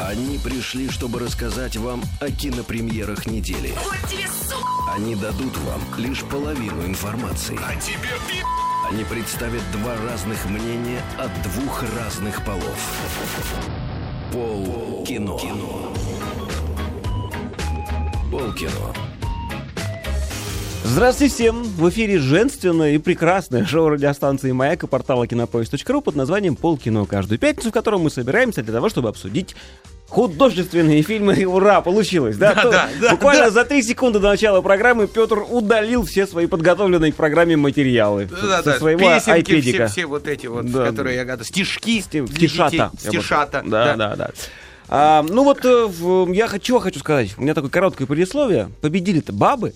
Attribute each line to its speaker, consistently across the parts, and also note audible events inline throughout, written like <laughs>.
Speaker 1: Они пришли, чтобы рассказать вам о кинопремьерах недели. Они дадут вам лишь половину информации. Они представят два разных мнения от двух разных полов. Пол кино. Пол кино.
Speaker 2: Здравствуйте всем! В эфире женственное и прекрасное шоу радиостанции «Маяк» и портала кинопоиск.ру под названием «Полкино» каждую пятницу, в котором мы собираемся для того, чтобы обсудить художественные фильмы. И Ура, получилось, да?
Speaker 3: Да,
Speaker 2: То-
Speaker 3: да, да,
Speaker 2: Буквально
Speaker 3: да.
Speaker 2: за три секунды до начала программы Петр удалил все свои подготовленные к программе материалы
Speaker 3: Э, Да,
Speaker 2: со
Speaker 3: да,
Speaker 2: своего
Speaker 3: песенки, все,
Speaker 2: айпедика.
Speaker 3: все вот эти вот,
Speaker 2: Да.
Speaker 3: которые я гадал. Стишки.
Speaker 2: Сти-
Speaker 3: для
Speaker 2: стишата.
Speaker 3: детей,
Speaker 2: я бы сказал.
Speaker 3: Стишата.
Speaker 2: Да, да, да. А, ну вот э, в- я хочу, хочу сказать, у меня такое короткое предисловие. Победили-то бабы,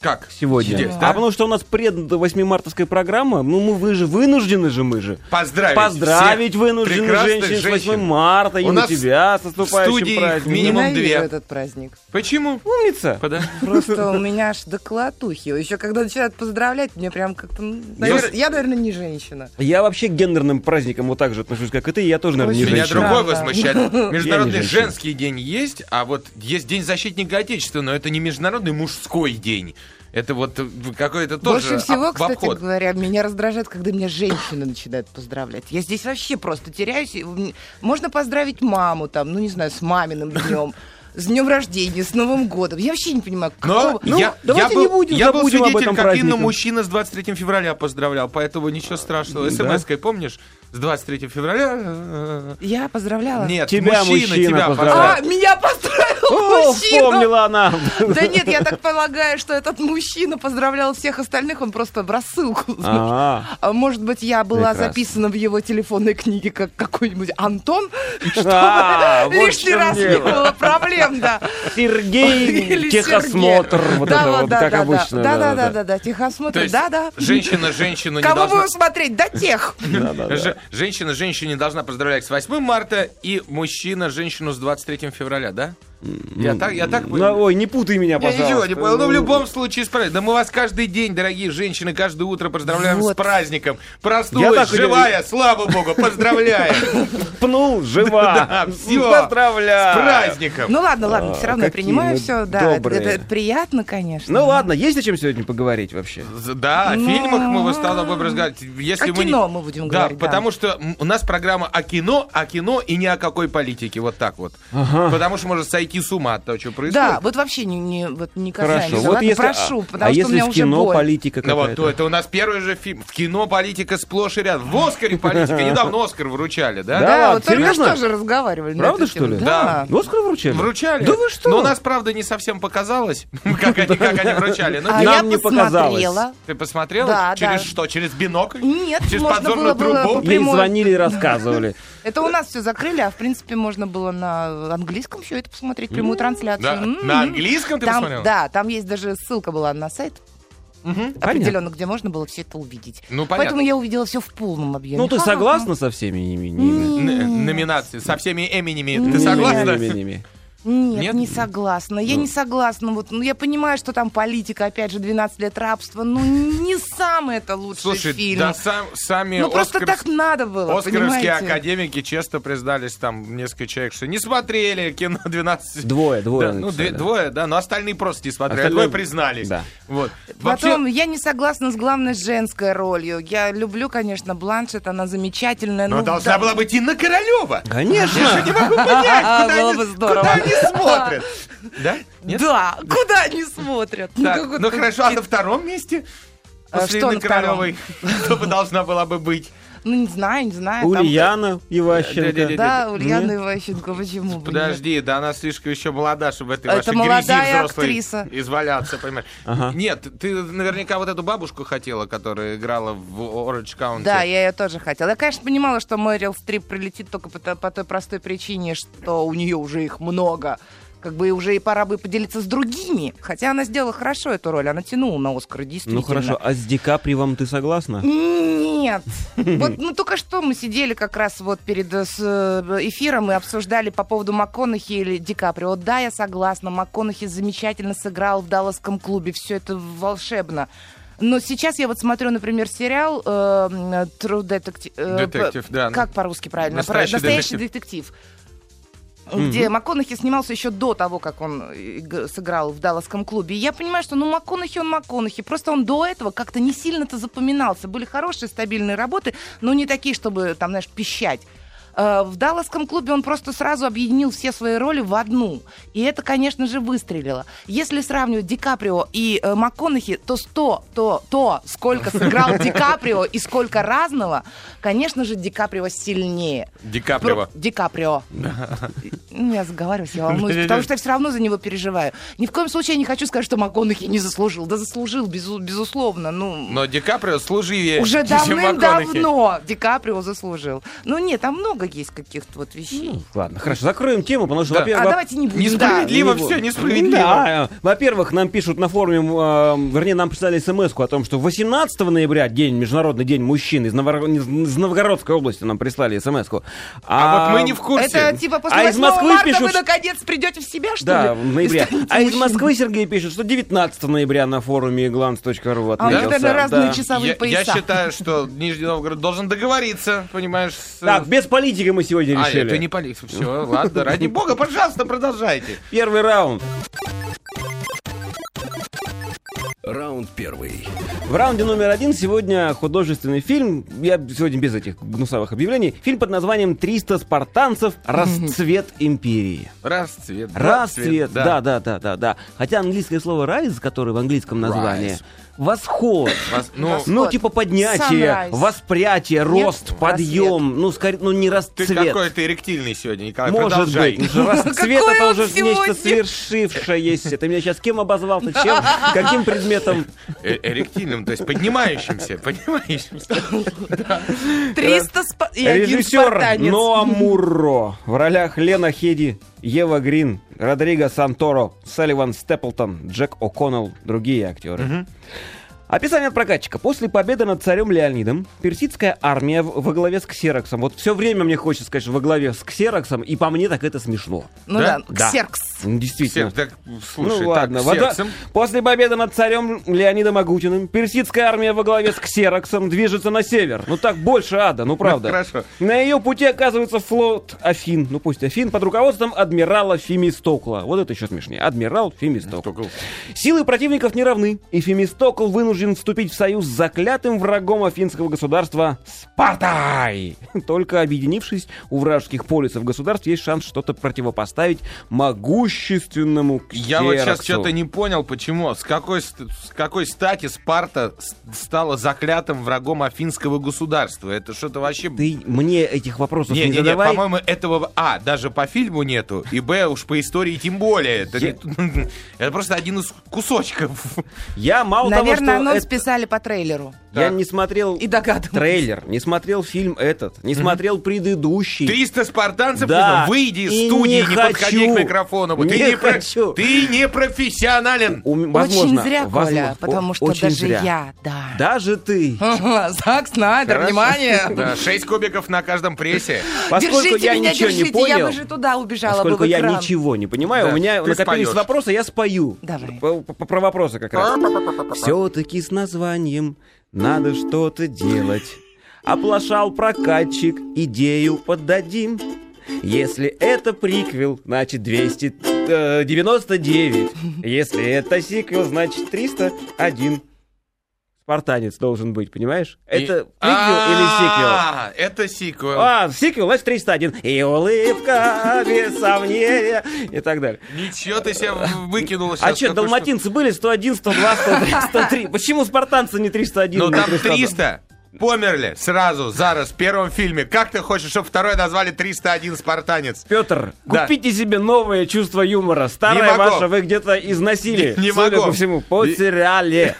Speaker 3: Как?
Speaker 2: сегодня.
Speaker 3: Сидеть,
Speaker 2: А
Speaker 3: да?
Speaker 2: потому что у нас пред 8 мартовская программа, ну мы вы же вынуждены же мы же.
Speaker 3: Поздравить.
Speaker 2: Поздравить
Speaker 3: всех
Speaker 2: вынуждены
Speaker 3: прекрасных
Speaker 2: женщин, с 8
Speaker 3: женщин.
Speaker 2: марта, и
Speaker 3: У
Speaker 2: на
Speaker 3: нас
Speaker 2: тебя с наступающим
Speaker 3: в студии их
Speaker 2: праздником.
Speaker 3: минимум.
Speaker 4: Ненавижу
Speaker 3: две.
Speaker 4: этот праздник.
Speaker 3: Почему?
Speaker 2: Умница.
Speaker 3: Пода-
Speaker 4: Просто у меня аж до колотухи. Еще когда начинают поздравлять, мне прям как-то... ну, навер- Я, наверное, не женщина.
Speaker 2: Я вообще к гендерным праздникам вот так же отношусь, как и ты, и я тоже, наверное, не
Speaker 4: Очень
Speaker 3: Меня
Speaker 2: женщина.
Speaker 4: друг-
Speaker 3: другой
Speaker 4: Да,
Speaker 2: <laughs>
Speaker 4: да.
Speaker 3: возмущает. Международный
Speaker 2: женщина.
Speaker 3: женский день есть, а вот есть День защитника Отечества, но это не международный мужской день. Это вот э, какой-то тоже
Speaker 4: Больше всего,
Speaker 3: об- в
Speaker 4: кстати
Speaker 3: обход.
Speaker 4: говоря, меня раздражает, когда меня женщины начинают поздравлять. Я здесь вообще просто теряюсь. И м- Можно поздравить маму там, ну не знаю, с маминым днем. С днем рождения, с Новым годом. Я вообще не понимаю,
Speaker 3: Но
Speaker 4: какого... Ну,
Speaker 3: я,
Speaker 2: давайте
Speaker 3: я был,
Speaker 2: не будем,
Speaker 3: я был
Speaker 2: забудем об
Speaker 3: свидетелем,
Speaker 2: этом
Speaker 3: как
Speaker 2: празднике.
Speaker 3: Инна мужчина с 23 февраля поздравлял, поэтому ничего страшного. СМС-кой помнишь? С 23 февраля... э,
Speaker 4: Я поздравляла.
Speaker 3: Нет,
Speaker 2: Тебя
Speaker 3: мужчина,
Speaker 2: мужчина
Speaker 3: тебя
Speaker 2: поздравлял.
Speaker 3: поздравил.
Speaker 4: А, меня поздравил
Speaker 2: О,
Speaker 4: мужчина!
Speaker 2: вспомнила она.
Speaker 4: Да нет, я так полагаю, что этот мужчина поздравлял всех остальных, он просто в рассылку. знаешь.
Speaker 2: А,
Speaker 4: А Может быть, я была
Speaker 2: Прекрасно.
Speaker 4: записана в его телефонной книге как какой-нибудь Антон,
Speaker 2: А,
Speaker 4: <laughs> чтобы
Speaker 2: вот в
Speaker 4: лишний
Speaker 2: чем
Speaker 4: раз не
Speaker 2: дело.
Speaker 4: было
Speaker 2: <laughs>
Speaker 4: проблем, да.
Speaker 3: <laughs>
Speaker 2: Сергей,
Speaker 4: Или
Speaker 2: техосмотр,
Speaker 4: Сергей.
Speaker 2: вот
Speaker 4: Да,
Speaker 2: это вот,
Speaker 4: да,
Speaker 2: как
Speaker 4: да,
Speaker 2: обычно.
Speaker 4: Да, да, да, да, да,
Speaker 2: А,
Speaker 4: техосмотр, да, да.
Speaker 3: женщина женщину не
Speaker 4: Кого
Speaker 3: должна...
Speaker 4: будем смотреть? Да тех.
Speaker 3: <laughs> Ж- Женщина женщину не должна поздравлять с 8 марта, и мужчина женщину с 23 февраля, да? Я так, я так...
Speaker 2: Ну, ой, не путай меня,
Speaker 3: Я
Speaker 2: пожалуйста.
Speaker 3: ничего не понял. Ну, в любом случае, с праздником. Да мы вас каждый день, дорогие женщины, каждое утро поздравляем с
Speaker 4: Вот.
Speaker 3: праздником.
Speaker 2: Я
Speaker 3: Проснулась
Speaker 2: так и
Speaker 3: живая, слава богу, поздравляем.
Speaker 2: Пнул,
Speaker 3: <laughs>
Speaker 2: жива.
Speaker 3: Да, всё. С
Speaker 2: <laughs> Поздравляю.
Speaker 3: праздником.
Speaker 4: Ну ладно, ладно, все равно я
Speaker 2: А, какие
Speaker 4: принимаю
Speaker 2: мы
Speaker 4: все, да. это-
Speaker 2: добрые.
Speaker 4: Это это приятно, конечно.
Speaker 2: Ну ладно, есть о чем сегодня поговорить вообще?
Speaker 3: З- Да, о
Speaker 4: Ну,
Speaker 3: фильмах мы в основном будем разговаривать. Если
Speaker 4: О
Speaker 3: мы не-
Speaker 4: кино мы будем
Speaker 3: Да,
Speaker 4: говорить.
Speaker 3: потому что м, у нас программа о кино, о кино и ни о какой политике. Вот так вот. Потому что может сойти с ума от того, что
Speaker 4: Да,
Speaker 3: происходит.
Speaker 4: вот вообще не, не, вот не касаемся.
Speaker 2: Хорошо. Вот
Speaker 4: Ладно,
Speaker 2: если,
Speaker 4: прошу,
Speaker 2: а-
Speaker 4: потому
Speaker 2: а
Speaker 4: что
Speaker 2: если
Speaker 4: у меня
Speaker 2: в
Speaker 4: уже
Speaker 2: кино
Speaker 4: боль.
Speaker 2: политика
Speaker 3: Ну вот,
Speaker 2: какая-то?
Speaker 3: то это у нас первый же фильм. В кино политика сплошь и рядом. В Оскаре политика. Недавно Оскар вручали, да?
Speaker 2: Да
Speaker 4: Да,
Speaker 2: ладно,
Speaker 4: вот только
Speaker 2: серьезно?
Speaker 4: что же разговаривали. на
Speaker 2: Правда,
Speaker 4: эту
Speaker 2: что
Speaker 4: тему.
Speaker 2: ли?
Speaker 4: Да.
Speaker 2: Оскар вручали?
Speaker 3: Вручали.
Speaker 2: Да вы что?
Speaker 3: Но у нас, правда, не совсем показалось, <laughs> как они, как они вручали. Ну,
Speaker 4: А
Speaker 2: Нам
Speaker 4: я
Speaker 2: не показалось.
Speaker 4: посмотрела.
Speaker 3: <laughs> ты посмотрела?
Speaker 4: Да,
Speaker 3: Через
Speaker 4: да.
Speaker 3: что? Через бинокль?
Speaker 4: Нет,
Speaker 3: Через
Speaker 4: можно
Speaker 3: подзорную
Speaker 4: было,
Speaker 3: трубу?
Speaker 4: было
Speaker 2: Ей
Speaker 4: прямой-
Speaker 2: звонили и
Speaker 4: <laughs>
Speaker 2: рассказывали.
Speaker 4: Это у нас все закрыли, а в принципе можно было на английском все это посмотреть, прямую трансляцию.
Speaker 3: Да.
Speaker 4: М-м.
Speaker 3: На английском ты посмотрела?
Speaker 4: Там, да, там есть даже ссылка была на сайт
Speaker 3: Мгм.
Speaker 4: определенно, где можно было все это увидеть.
Speaker 3: Ну, понятно.
Speaker 4: Поэтому я увидела все в полном объеме.
Speaker 2: Ну ты
Speaker 4: Ха-ха-ха.
Speaker 2: согласна со всеми ими? ними?
Speaker 3: Н-
Speaker 4: Нет.
Speaker 3: Номинации со всеми Эминеми.
Speaker 2: Ними,
Speaker 3: Ты согласна?
Speaker 2: ними, ними.
Speaker 4: Нет,
Speaker 3: Нет?
Speaker 4: не согласна. Я не согласна. Вот, ну, я понимаю, что там политика, опять же, 12 лет рабства. Ну, не сам это лучший
Speaker 3: Слушай,
Speaker 4: фильм.
Speaker 3: да сам, сами
Speaker 4: ну, просто
Speaker 3: Оскарс-
Speaker 4: так надо было,
Speaker 3: Оскаровские
Speaker 4: понимаете?
Speaker 3: академики честно признались, там несколько человек, что не смотрели кино 12...
Speaker 2: Двое, двое.
Speaker 3: Да, ну,
Speaker 2: написали.
Speaker 3: две- двое, да, но остальные просто не смотрели, а двое
Speaker 2: Остальные-
Speaker 3: признались.
Speaker 2: Да.
Speaker 3: Вот.
Speaker 4: Потом, я ну, не согласна с главной женской ролью. Я люблю, конечно, Бланшет, она замечательная.
Speaker 3: Но
Speaker 4: ну,
Speaker 3: должна
Speaker 4: да.
Speaker 3: была быть Инна Королева. Я же не
Speaker 2: Конечно.
Speaker 3: могу понять,
Speaker 4: А,
Speaker 3: куда
Speaker 4: было
Speaker 3: они-
Speaker 4: бы здорово.
Speaker 3: куда они
Speaker 4: <laughs>
Speaker 3: смотрят. Да? Нет?
Speaker 4: Да, куда они смотрят?
Speaker 3: Так,
Speaker 4: как вот
Speaker 3: ну
Speaker 4: тут-
Speaker 3: хорошо, а на втором месте?
Speaker 4: А
Speaker 3: После
Speaker 4: что
Speaker 3: Инны
Speaker 4: на втором?
Speaker 3: Королевой. <laughs> Кто бы должна была бы быть?
Speaker 4: Ну, не знаю, не знаю. там-
Speaker 2: Ульяна
Speaker 3: Да-да-да-да.
Speaker 2: Иващенко.
Speaker 4: Да,
Speaker 2: Нет?
Speaker 4: Ульяна Иващенко, почему бы нет?
Speaker 3: Подожди, да она слишком еще молода, чтобы в этой
Speaker 4: Ну, Это
Speaker 3: вашей грязи
Speaker 4: молодая
Speaker 3: взрослой
Speaker 4: актриса.
Speaker 3: изваляться, понимаешь?
Speaker 2: Ага.
Speaker 3: Нет, ты наверняка вот эту бабушку хотела, которая играла в Orange County.
Speaker 4: Да, я ее тоже хотела. Я, конечно, понимала, что Мэрил Стрип прилетит только по, то- по той простой причине, что у нее уже их много. Как бы уже и пора бы поделиться с другими. Хотя она сделала хорошо эту роль, она тянула на Оскар, действительно.
Speaker 2: Ну хорошо, а с Ди Капривом ты согласна?
Speaker 4: Нет. Вот, ну, только что мы сидели как раз вот перед э, с, э, эфиром и обсуждали по поводу МакКонахи или Ди Каприо. Да, я согласна, МакКонахи замечательно сыграл в Далласском клубе, все это волшебно. Но сейчас я вот смотрю, например, сериал э, м, True Detective. э,
Speaker 3: Детектив,
Speaker 4: п-
Speaker 3: да. ну,
Speaker 4: Как по-русски правильно? Про-
Speaker 3: Настоящий
Speaker 4: Настоящий детектив. Где МакКонахи снимался еще до того, как он э, г- сыграл в Далласском клубе. И я понимаю, что ну МакКонахи он МакКонахи. Просто он до этого как-то не сильно-то запоминался. Были хорошие, стабильные работы, но не такие, чтобы там, знаешь, пищать. Э, В Далласском клубе он просто сразу объединил все свои роли в одну. И это, конечно же, выстрелило. Если сравнивать Ди Каприо и э, МакКонахи, то сто, то, то, сколько сыграл Ди Каприо и сколько разного, конечно же, Ди Каприо сильнее.
Speaker 3: Ди Каприо.
Speaker 4: Про- Ди Каприо. Ну, Я заговариваюсь, я волнуюсь, потому что я все равно за него переживаю. Ни в коем случае я не хочу сказать, что МакКонахи не заслужил. Да заслужил, безу- безусловно. Ну,
Speaker 3: Но Ди Каприо служивее,
Speaker 4: уже
Speaker 3: <laughs> чем МакКонахи.
Speaker 4: давным-давно Ди Каприо заслужил. Ну нет, там много есть каких-то вот вещей.
Speaker 2: Ладно, хорошо, закроем тему, потому что,
Speaker 3: Да.
Speaker 4: А
Speaker 2: во-первых, во-
Speaker 4: давайте не будем. да.
Speaker 3: Несправедливо
Speaker 2: Да,
Speaker 3: все,
Speaker 2: не
Speaker 3: несправедливо.
Speaker 2: Да, э, во-первых, нам пишут на форуме, э, вернее, нам прислали смс о том, что 18 ноября, день, Международный день мужчин, из, Новор- из- из Новгородской области нам прислали смс -ку.
Speaker 3: А вот мы не в курсе.
Speaker 4: Это типа после
Speaker 2: А из
Speaker 4: 8
Speaker 2: Москвы
Speaker 4: марта
Speaker 2: пишут,
Speaker 4: вы
Speaker 2: что-
Speaker 4: наконец придете в себя, что
Speaker 2: А, Да,
Speaker 4: ли?
Speaker 2: в ноябре.
Speaker 4: И станете
Speaker 2: А из
Speaker 4: мужчиной.
Speaker 2: Москвы Сергей пишет, что 19 ноября на форуме glans.ru
Speaker 4: А у них,
Speaker 2: отметился.
Speaker 4: наверное, разные
Speaker 2: Да.
Speaker 4: часовые
Speaker 3: Я, я
Speaker 4: пояса.
Speaker 3: считаю, что Нижний Новгород должен договориться, понимаешь? с-
Speaker 2: Так, без политики мы сегодня
Speaker 3: а,
Speaker 2: решили.
Speaker 3: это не полис. Все, ладно, ради бога, пожалуйста, продолжайте.
Speaker 2: Первый раунд.
Speaker 1: Раунд первый.
Speaker 2: В раунде номер один сегодня художественный фильм, я сегодня без этих гнусовых объявлений, фильм под названием «300 спартанцев. Расцвет империи».
Speaker 3: Расцвет.
Speaker 2: Расцвет, да, да, да, да, да. Хотя английское слово rise, которое в английском названии,
Speaker 3: Rise.
Speaker 2: восход.
Speaker 3: Вас- ну,
Speaker 4: Расцвет.
Speaker 2: Ну, типа поднятие,
Speaker 4: Sunrise.
Speaker 2: восприятие, рост, подъем, ну, скорее, ну, не
Speaker 3: ты
Speaker 2: расцвет.
Speaker 3: какой-то эректильный сегодня, Николай,
Speaker 2: Может
Speaker 3: продолжай.
Speaker 2: быть, ну что, расцвет
Speaker 4: Какой
Speaker 2: это
Speaker 4: он
Speaker 2: уже нечто
Speaker 4: сегодня?
Speaker 2: свершившееся. Ты меня сейчас кем обозвал? Ты чем? Каким предметом?
Speaker 3: Э- эректильным, то есть поднимающимся, поднимающимся.
Speaker 4: 300 спа- и один
Speaker 2: Режиссер
Speaker 4: спартанец.
Speaker 2: Ноа Мурро. В ролях Лена Хеди, Ева Грин, Родриго Санторо, Салливан Степлтон, Джек О'Коннелл, другие актеры. Описание от прокатчика. После победы над царем Леонидом персидская армия в- во главе с Ксероксом. Вот все время мне хочется сказать, что во главе с Ксероксом, и по мне так это смешно.
Speaker 4: Ну
Speaker 3: Да?
Speaker 4: да,
Speaker 2: Да.
Speaker 4: ксеркс.
Speaker 2: Ну, Действительно.
Speaker 3: Все, так, слушай,
Speaker 2: ну ладно,
Speaker 3: так,
Speaker 2: вода-
Speaker 3: сердцем.
Speaker 2: После победы над царем Леонидом Агутиным персидская армия во главе с Ксероксом движется на север. Ну так больше ада, ну правда.
Speaker 3: хорошо.
Speaker 2: На ее пути оказывается флот Афин, ну пусть Афин, под руководством адмирала Фемистокла. Вот это еще смешнее. Адмирал Фемистокл.
Speaker 3: Только-
Speaker 2: Силы противников не равны, и Фемистокл вынужден вступить в союз с заклятым врагом афинского государства Спартай. <laughs> Только объединившись у вражеских полисов государств, есть шанс что-то противопоставить могущественному
Speaker 3: Я вот сейчас
Speaker 2: Ксероксу.
Speaker 3: что-то не понял, почему, с какой, ст- с какой стати Спарта с- стала заклятым врагом афинского государства. Это что-то вообще...
Speaker 2: Ты мне этих вопросов не,
Speaker 3: Не, не, не,
Speaker 2: задавай.
Speaker 3: по-моему, этого, в- а, даже по фильму нету, и, б, уж по истории тем более. Это,
Speaker 2: Я-
Speaker 3: не- <laughs> это просто один из кусочков.
Speaker 2: Я мало
Speaker 4: Наверное,
Speaker 2: того, что
Speaker 4: анонс
Speaker 2: это-
Speaker 4: писали по трейлеру.
Speaker 3: Да.
Speaker 2: я не смотрел
Speaker 4: И догадываюсь.
Speaker 2: трейлер, не смотрел фильм этот, не смотрел предыдущий.
Speaker 3: 300 спартанцев,
Speaker 2: Да.
Speaker 3: не знаю, выйди из
Speaker 2: И
Speaker 3: студии,
Speaker 2: не
Speaker 3: не, подходи
Speaker 2: хочу.
Speaker 3: к микрофону. Ты
Speaker 2: Не
Speaker 3: про-
Speaker 2: хочу.
Speaker 3: ты не профессионален.
Speaker 2: У- возможно,
Speaker 4: Очень зря,
Speaker 2: возможно,
Speaker 4: Коля, потому
Speaker 2: о-
Speaker 4: что
Speaker 2: очень
Speaker 4: даже
Speaker 2: зря.
Speaker 4: я, да.
Speaker 2: Даже ты.
Speaker 4: Зак Снайдер,
Speaker 3: Хорошо.
Speaker 2: <laughs>
Speaker 4: внимание!
Speaker 3: <laughs> Да, 6 кубиков на каждом прессе.
Speaker 2: Поскольку
Speaker 4: держите
Speaker 2: я
Speaker 4: меня,
Speaker 2: ничего
Speaker 4: держите,
Speaker 2: не понял,
Speaker 4: я бы же туда убежала бы
Speaker 2: поскольку
Speaker 4: в
Speaker 2: я
Speaker 4: экран.
Speaker 2: ничего не понимаю,
Speaker 3: Да,
Speaker 2: у меня
Speaker 3: ты
Speaker 2: накопились
Speaker 3: споёшь.
Speaker 2: вопросы, я спою.
Speaker 4: Давай.
Speaker 2: П- п- Про вопросы как раз. Все-таки с названием надо что-то делать. Оплошал прокатчик, идею поддадим. Если это приквел, значит 299. Если это сиквел, значит 301. Спартанец должен быть, понимаешь? Это приквел или сиквел?
Speaker 3: А, Это сиквел.
Speaker 2: А, сиквел, значит, 301. И улыбка без сомнения. И так далее.
Speaker 3: Ничего ты себя в- выкинул сейчас.
Speaker 2: А что,
Speaker 3: какую штуку.
Speaker 2: далматинцы были 101, 102, 103, 103? Почему спартанцы не 301?
Speaker 3: Ну
Speaker 2: не
Speaker 3: там
Speaker 2: 302?
Speaker 3: 300. Померли сразу, зараз, в первом фильме. Как ты хочешь, чтобы второй назвали 301 «Спартанец»?
Speaker 2: Петр,
Speaker 3: Да.
Speaker 2: купите себе новое чувство юмора. Старое
Speaker 3: Не могу.
Speaker 2: ваше вы где-то износили.
Speaker 3: Не- не
Speaker 2: Судя
Speaker 3: могу.
Speaker 2: по всему, потеряли.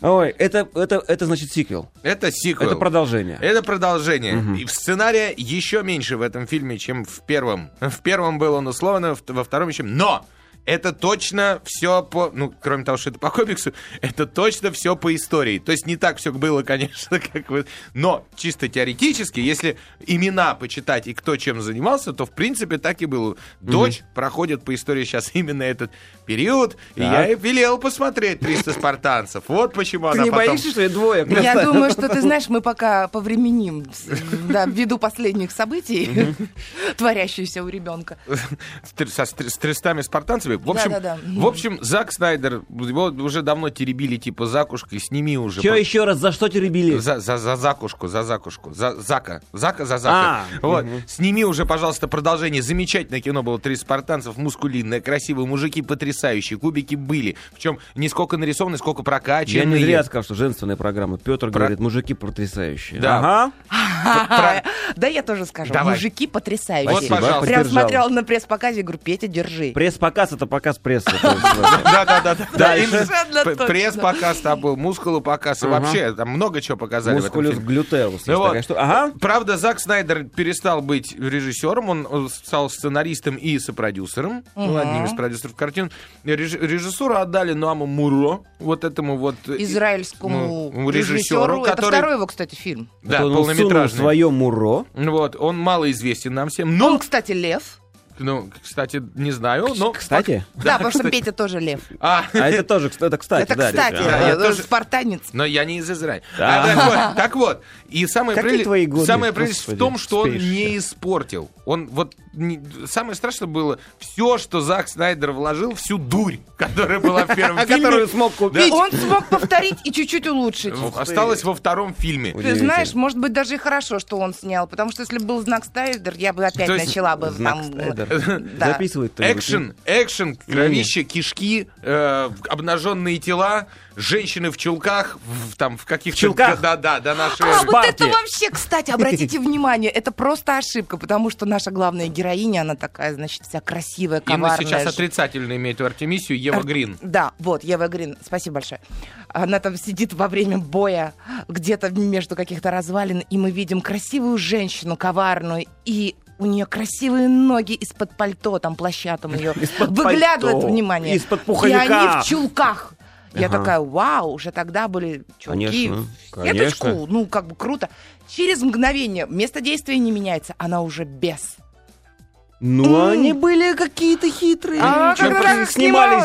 Speaker 2: Ой, это, это, это значит сиквел.
Speaker 3: Это сиквел.
Speaker 2: Это продолжение.
Speaker 3: Это продолжение. И в сценария еще меньше в этом фильме, чем в первом. В первом был он условно, в- во втором еще... Но! это точно все по... Ну, кроме того, что это по комиксу, <laughs> это точно все по истории. То есть не так все было, конечно, <laughs> как вы... Но чисто теоретически, если имена почитать и кто чем занимался, то, в принципе, так и было. Дочь проходит по истории сейчас <laughs> именно этот период, и
Speaker 2: Так.
Speaker 3: я и велел посмотреть 300 спартанцев. Вот почему
Speaker 2: Ты
Speaker 3: она
Speaker 2: не
Speaker 3: потом...
Speaker 2: боишься, что я двое?
Speaker 4: <laughs> Я думаю, что ты знаешь, мы пока повременим, да, ввиду последних событий, <laughs> творящихся
Speaker 2: <laughs>
Speaker 4: у ребенка.
Speaker 3: с тр- со стр- с 300 спартанцами. В общем,
Speaker 4: Да-да-да.
Speaker 3: в общем, Зак Снайдер, его уже давно теребили, типа, закушкой, сними уже.
Speaker 2: Че
Speaker 3: По-
Speaker 2: еще раз, за что теребили?
Speaker 3: За, за, за закушку, за закушку, за Зака, Зака, за Зака.
Speaker 2: А,
Speaker 3: вот. Сними уже, пожалуйста, продолжение. Замечательное кино было «Три спартанцев», мускулинное, красивые мужики потрясающие, кубики были. Причем не сколько нарисованы, сколько
Speaker 2: Я
Speaker 3: прокачаны.
Speaker 2: не зря сказал, что женственная программа. Петр
Speaker 3: Про-
Speaker 2: говорит, мужики потрясающие.
Speaker 3: Да.
Speaker 2: Ага.
Speaker 3: Про-
Speaker 4: А, Да, я тоже скажу.
Speaker 3: Давай.
Speaker 4: Мужики
Speaker 3: Вот,
Speaker 4: потрясающие.
Speaker 3: пожалуйста.
Speaker 4: Прям
Speaker 2: Поддержала.
Speaker 4: смотрела на пресс-показе и говорю, Петя, держи.
Speaker 2: Пресс-показ это
Speaker 3: <laughs>
Speaker 2: показ прессы. то есть, вообще.
Speaker 3: Да, да, да, да.
Speaker 2: Дальше.
Speaker 3: П-
Speaker 4: Совершенно точно.
Speaker 3: Пресс-показ там был, мускулопоказ, и
Speaker 2: Ага.
Speaker 3: вообще там много чего показали. в этом
Speaker 2: Мускулюс
Speaker 3: фильме.
Speaker 2: глютеус. есть
Speaker 3: Ну вот.
Speaker 2: такая штука. Ага.
Speaker 3: Правда, Зак Снайдер перестал быть режиссером, он э, стал сценаристом и сопродюсером, ну,
Speaker 4: Мгм.
Speaker 3: одним из продюсеров картин. Реж- режиссуру отдали Нуаму Муро, вот этому вот... э, ну,
Speaker 4: Израильскому
Speaker 3: режиссеру,
Speaker 4: режиссеру. Это
Speaker 3: который-
Speaker 4: второй его, кстати, фильм.
Speaker 3: Да,
Speaker 2: Это он сунул
Speaker 3: полнометражный.
Speaker 2: свое муро.
Speaker 3: Вот, он малоизвестен нам всем,
Speaker 2: Ну,
Speaker 4: Он,
Speaker 3: но...
Speaker 4: кстати, лев.
Speaker 3: Ну, кстати, не знаю, но... <laughs>
Speaker 2: Кстати.
Speaker 4: Да,
Speaker 2: <laughs>
Speaker 4: потому что Петя тоже лев.
Speaker 3: А,
Speaker 2: А это тоже, кстати, это кстати.
Speaker 4: Это,
Speaker 2: да,
Speaker 4: кстати,
Speaker 2: ребята.
Speaker 3: Да, я
Speaker 4: э,
Speaker 3: тоже-
Speaker 4: спартанец.
Speaker 3: Но я не из Израиля.
Speaker 2: Да.
Speaker 3: А, так, вот, так вот, и самая
Speaker 2: Какие
Speaker 3: прелесть,
Speaker 2: твои годы,
Speaker 3: самая прелесть в
Speaker 2: господи,
Speaker 3: том, что он
Speaker 2: спишь.
Speaker 3: не испортил. Он вот не- самое страшное было все, что Зак Снайдер вложил, всю дурь, которая была в первом
Speaker 2: <laughs> А
Speaker 3: фильме,
Speaker 2: которую смог
Speaker 4: И
Speaker 2: купить.
Speaker 4: он смог повторить и чуть-чуть улучшить.
Speaker 3: в- осталась во втором фильме.
Speaker 4: Ты знаешь, может быть, даже и хорошо, что он снял, потому что если бы был знак Стайдер, я бы опять
Speaker 3: То есть
Speaker 4: начала бы
Speaker 2: Знак
Speaker 4: там... э,
Speaker 2: Снайдер. <laughs>
Speaker 4: Да.
Speaker 2: Записывает. кто-нибудь?
Speaker 3: Экшен, экшен, кровище, кишки, э, обнаженные тела, женщины в чулках, в, там в каких-то...
Speaker 2: чулках?
Speaker 3: Да, да, да, наши...
Speaker 4: А вот
Speaker 2: Спарки.
Speaker 4: это вообще,
Speaker 2: <laughs>
Speaker 4: кстати, обратите внимание, это просто ошибка, потому что наша главная героиня, она такая, значит, вся красивая,
Speaker 3: Именно
Speaker 4: коварная.
Speaker 3: сейчас
Speaker 4: ж-
Speaker 3: отрицательно имеет Артемисию Ева Грин.
Speaker 4: Да, вот, Ева Грин, спасибо большое. Она там сидит во время боя, где-то между каких-то развалин, и мы видим красивую женщину, коварную, и у нее красивые ноги из-под пальто, там плаща там ее
Speaker 2: <laughs> Из-под
Speaker 4: выглядывает,
Speaker 2: пальто,
Speaker 4: внимание.
Speaker 2: из-под
Speaker 4: И они
Speaker 2: пуховика.
Speaker 4: в чулках. Я
Speaker 2: Ага.
Speaker 4: такая, вау, уже тогда были чулки
Speaker 2: Конечно,
Speaker 4: в сеточку,
Speaker 2: конечно.
Speaker 4: ну как бы круто. Через мгновение место действия не меняется, она уже без.
Speaker 2: Ну,
Speaker 4: М.
Speaker 2: они были какие-то хитрые.
Speaker 4: А,
Speaker 2: Чё,
Speaker 4: как раз
Speaker 2: просто
Speaker 4: снималась,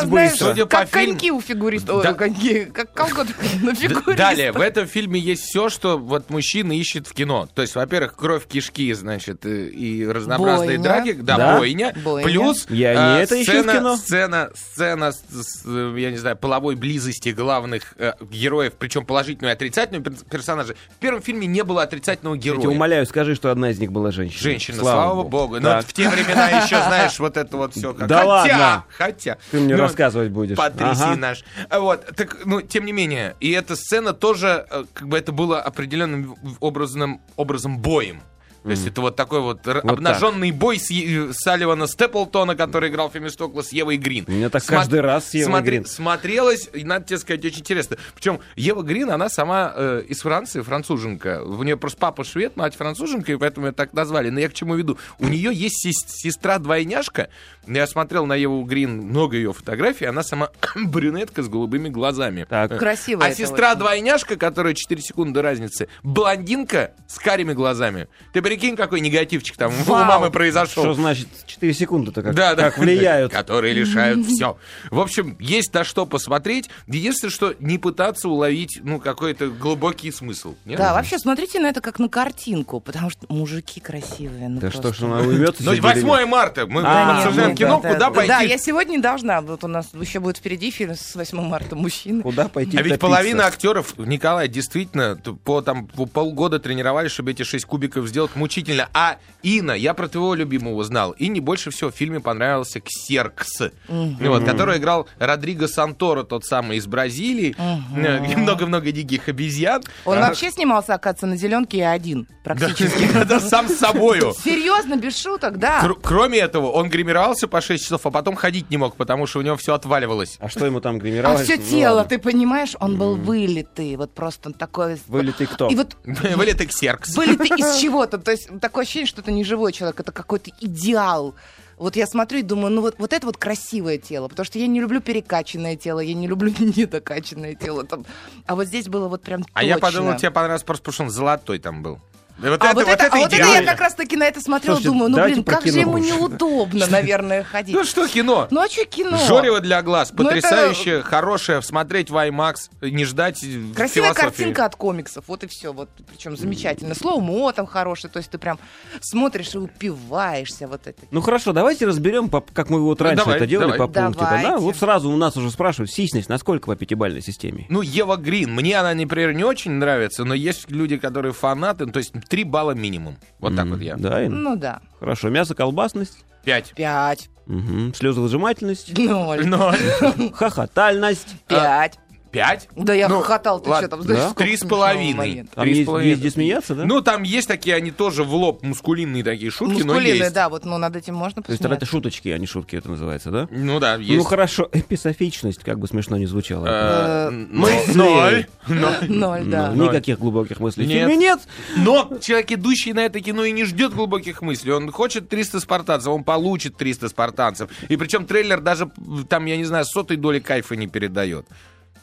Speaker 2: снимались
Speaker 4: знаешь,
Speaker 2: быстро.
Speaker 3: Судя
Speaker 4: как
Speaker 3: по фильму-
Speaker 4: коньки у фигуристов,
Speaker 3: Да.
Speaker 4: ой, коньки, как колготки <laughs> на
Speaker 3: Д-
Speaker 4: фигуристов.
Speaker 3: Далее, в этом фильме есть все, что вот мужчина ищет в кино. То есть, во-первых, кровь кишки, значит, э, и разнообразные
Speaker 4: Бойня.
Speaker 3: драки, да,
Speaker 2: Да.
Speaker 3: бойня.
Speaker 4: Бойня.
Speaker 3: Плюс э,
Speaker 2: Я не это ищу в
Speaker 3: сцена,
Speaker 2: кино.
Speaker 3: сцена, сцена, с- с, э, я не знаю, половой близости главных э, героев, причем положительную и отрицательную пер- персонажа. В первом фильме не было отрицательного
Speaker 2: Я
Speaker 3: героя.
Speaker 2: тебя умоляю, скажи, что одна из них была женщина.
Speaker 3: Женщина, слава, богу. Ну, Но
Speaker 2: Так.
Speaker 3: в те времена еще, знаешь, вот это вот все.
Speaker 2: Да
Speaker 3: хотя,
Speaker 2: ладно.
Speaker 3: хотя.
Speaker 2: Ты мне
Speaker 3: Ну,
Speaker 2: рассказывать будешь.
Speaker 3: Потряси
Speaker 2: Ага.
Speaker 3: наш. А Вот, так, ну, тем не менее, и эта сцена тоже, э, как бы это было определенным в- образным, образом боем. То есть это вот такой вот, р-
Speaker 2: Вот
Speaker 3: обнаженный бой с Е- э, Салливана Степлтона, который играл Фемистокла с Евой Грин.
Speaker 2: У меня так каждый раз с Евой Грин.
Speaker 3: Смотрелось, и, надо тебе сказать, очень интересно. Причем Ева Грин, она сама э, из Франции, француженка. У нее просто папа швед, мать француженка, и поэтому ее так назвали. Но я к чему веду? У нее есть сес- сестра-двойняшка. Я смотрел на Еву Грин, много ее фотографий. Она сама <coughs> брюнетка с голубыми глазами.
Speaker 2: Так.
Speaker 4: Красиво
Speaker 3: А
Speaker 4: это очень.
Speaker 3: сестра-двойняшка, которая 4 секунды разницы, блондинка с карими глазами. Ты прикинь, какой негативчик там у
Speaker 4: Вау.
Speaker 3: мамы произошел.
Speaker 2: Что значит 4 секунды-то как,
Speaker 3: Да, да.
Speaker 2: как влияют?
Speaker 3: Которые лишают все. В общем, есть на что посмотреть. Единственное, что не пытаться уловить, ну, какой-то глубокий смысл. Нет?
Speaker 4: Да, вообще смотрите на это как на картинку, потому что мужики красивые. Ну
Speaker 2: Да
Speaker 4: просто.
Speaker 2: что ж она уймется?
Speaker 3: Ну,
Speaker 2: сегодня или нет?
Speaker 3: 8 марта. Мы
Speaker 2: А,
Speaker 4: нет,
Speaker 3: обсуждаем
Speaker 4: нет,
Speaker 3: кино,
Speaker 4: да,
Speaker 3: куда
Speaker 4: да.
Speaker 3: пойти.
Speaker 4: Да, я сегодня должна. Вот у нас еще будет впереди фильм с 8 марта мужчины.
Speaker 2: Куда пойти
Speaker 3: А ведь
Speaker 2: топиться?
Speaker 3: половина актеров, Николай, действительно, т- по, там, по полгода тренировались, чтобы эти шесть кубиков сделать мучительно. А Инна, я про твоего любимого знал. Инне больше всего в фильме понравился Ксеркс, вот, который играл Родриго Санторо, тот самый из Бразилии. Э, <laughs> и Много-много диких обезьян.
Speaker 4: Он
Speaker 3: А,
Speaker 4: вообще снимался, оказывается, на зеленке и один
Speaker 3: да,
Speaker 4: практически.
Speaker 3: да, сам с собою.
Speaker 4: Серьезно, без шуток,
Speaker 3: <laughs>
Speaker 4: да.
Speaker 3: Кр- Кроме этого, он гримировался по 6 часов, а потом ходить не мог, потому что у него все отваливалось. <laughs>
Speaker 2: А что ему там
Speaker 4: А
Speaker 2: гримировалось?
Speaker 4: все
Speaker 2: Ну,
Speaker 4: тело,
Speaker 2: ладно.
Speaker 4: ты понимаешь, он был вылитый, вот просто он такой.
Speaker 2: Вылитый кто?
Speaker 4: И вот
Speaker 3: Вылет Ксеркс.
Speaker 4: Были ты из чего-то то есть такое ощущение, что это не живой человек, это какой-то идеал. Вот я смотрю и думаю, ну вот, вот это вот красивое тело, потому что я не люблю перекачанное тело, я не люблю <laughs> недокачанное тело. Там. А вот здесь было вот прям
Speaker 3: А я
Speaker 4: точно.
Speaker 3: подумал, тебе понравилось просто потому, что он золотой там был. Да Вот
Speaker 4: а вот, это, а вот это я
Speaker 3: идеально.
Speaker 4: как раз-таки на это смотрела,
Speaker 2: Слушайте,
Speaker 4: думаю, ну
Speaker 2: давайте
Speaker 4: блин,
Speaker 2: про
Speaker 4: как же
Speaker 2: кино
Speaker 4: ему
Speaker 2: лучше.
Speaker 4: неудобно, наверное, ходить.
Speaker 3: Ну что кино?
Speaker 4: Ну а что кино?
Speaker 3: Жорево для глаз,
Speaker 4: Ну, это-
Speaker 3: потрясающе, хорошее, смотреть в IMAX, не ждать э,
Speaker 4: Красивая
Speaker 3: философии.
Speaker 4: картинка от комиксов, вот и все, вот причем замечательно. Слоумо там хорошее, то есть ты прям смотришь и упиваешься вот это.
Speaker 2: Ну хорошо, давайте разберем, по- как мы вот
Speaker 3: Ну,
Speaker 2: раньше
Speaker 3: давай,
Speaker 2: это делали
Speaker 3: давай.
Speaker 2: по пунктику. Да?
Speaker 4: Давайте.
Speaker 2: Вот сразу у нас уже спрашивают, сисность, насколько по пятибалльной системе?
Speaker 3: Ну, Ева Грин, мне она, например, не очень нравится, но есть люди, которые фанаты, ну, то есть 3 балла минимум. Вот так
Speaker 2: М,
Speaker 3: вот я.
Speaker 2: Да, Ин?
Speaker 4: Ну да,
Speaker 2: Хорошо, мясо, колбасность,
Speaker 3: <laughs> 5.
Speaker 4: пять,
Speaker 2: мгм, слезовыжимательность,
Speaker 4: ноль,
Speaker 3: Ну,
Speaker 2: <laughs>
Speaker 3: 0.
Speaker 4: Ну.
Speaker 2: хохотальность.
Speaker 4: пять.
Speaker 3: 5?
Speaker 4: Да я хохотал, ты что там, знаешь,
Speaker 2: А, ну, да?
Speaker 4: сколько
Speaker 3: Три с
Speaker 4: смешного
Speaker 3: половиной.
Speaker 4: момента.
Speaker 2: Там
Speaker 3: Три с
Speaker 2: есть,
Speaker 3: половиной.
Speaker 2: есть где смеяться, да?
Speaker 3: Ну, там есть такие, они тоже в лоб, мускулинные такие шутки, но
Speaker 4: Мускулины,
Speaker 3: есть.
Speaker 4: да, вот ну, над этим можно
Speaker 2: То есть тогда
Speaker 4: посмотреть.
Speaker 2: это шуточки, а не шутки это называется, да?
Speaker 3: Ну да,
Speaker 2: Ну
Speaker 3: есть.
Speaker 2: хорошо, эписофичность, как бы смешно ни звучало.
Speaker 3: Э,
Speaker 4: Э,
Speaker 3: но-
Speaker 2: мысли.
Speaker 3: Ноль.
Speaker 4: <laughs> Ноль,
Speaker 2: Ну,
Speaker 4: да.
Speaker 3: Ну,
Speaker 2: Никаких глубоких мыслей в
Speaker 3: Нет.
Speaker 2: фильме нет.
Speaker 3: Но человек, идущий на это кино, и не ждет глубоких мыслей. Он хочет 300 спартанцев, он получит 300 спартанцев. И причем трейлер даже, там, я не знаю, сотой доли кайфа не передает.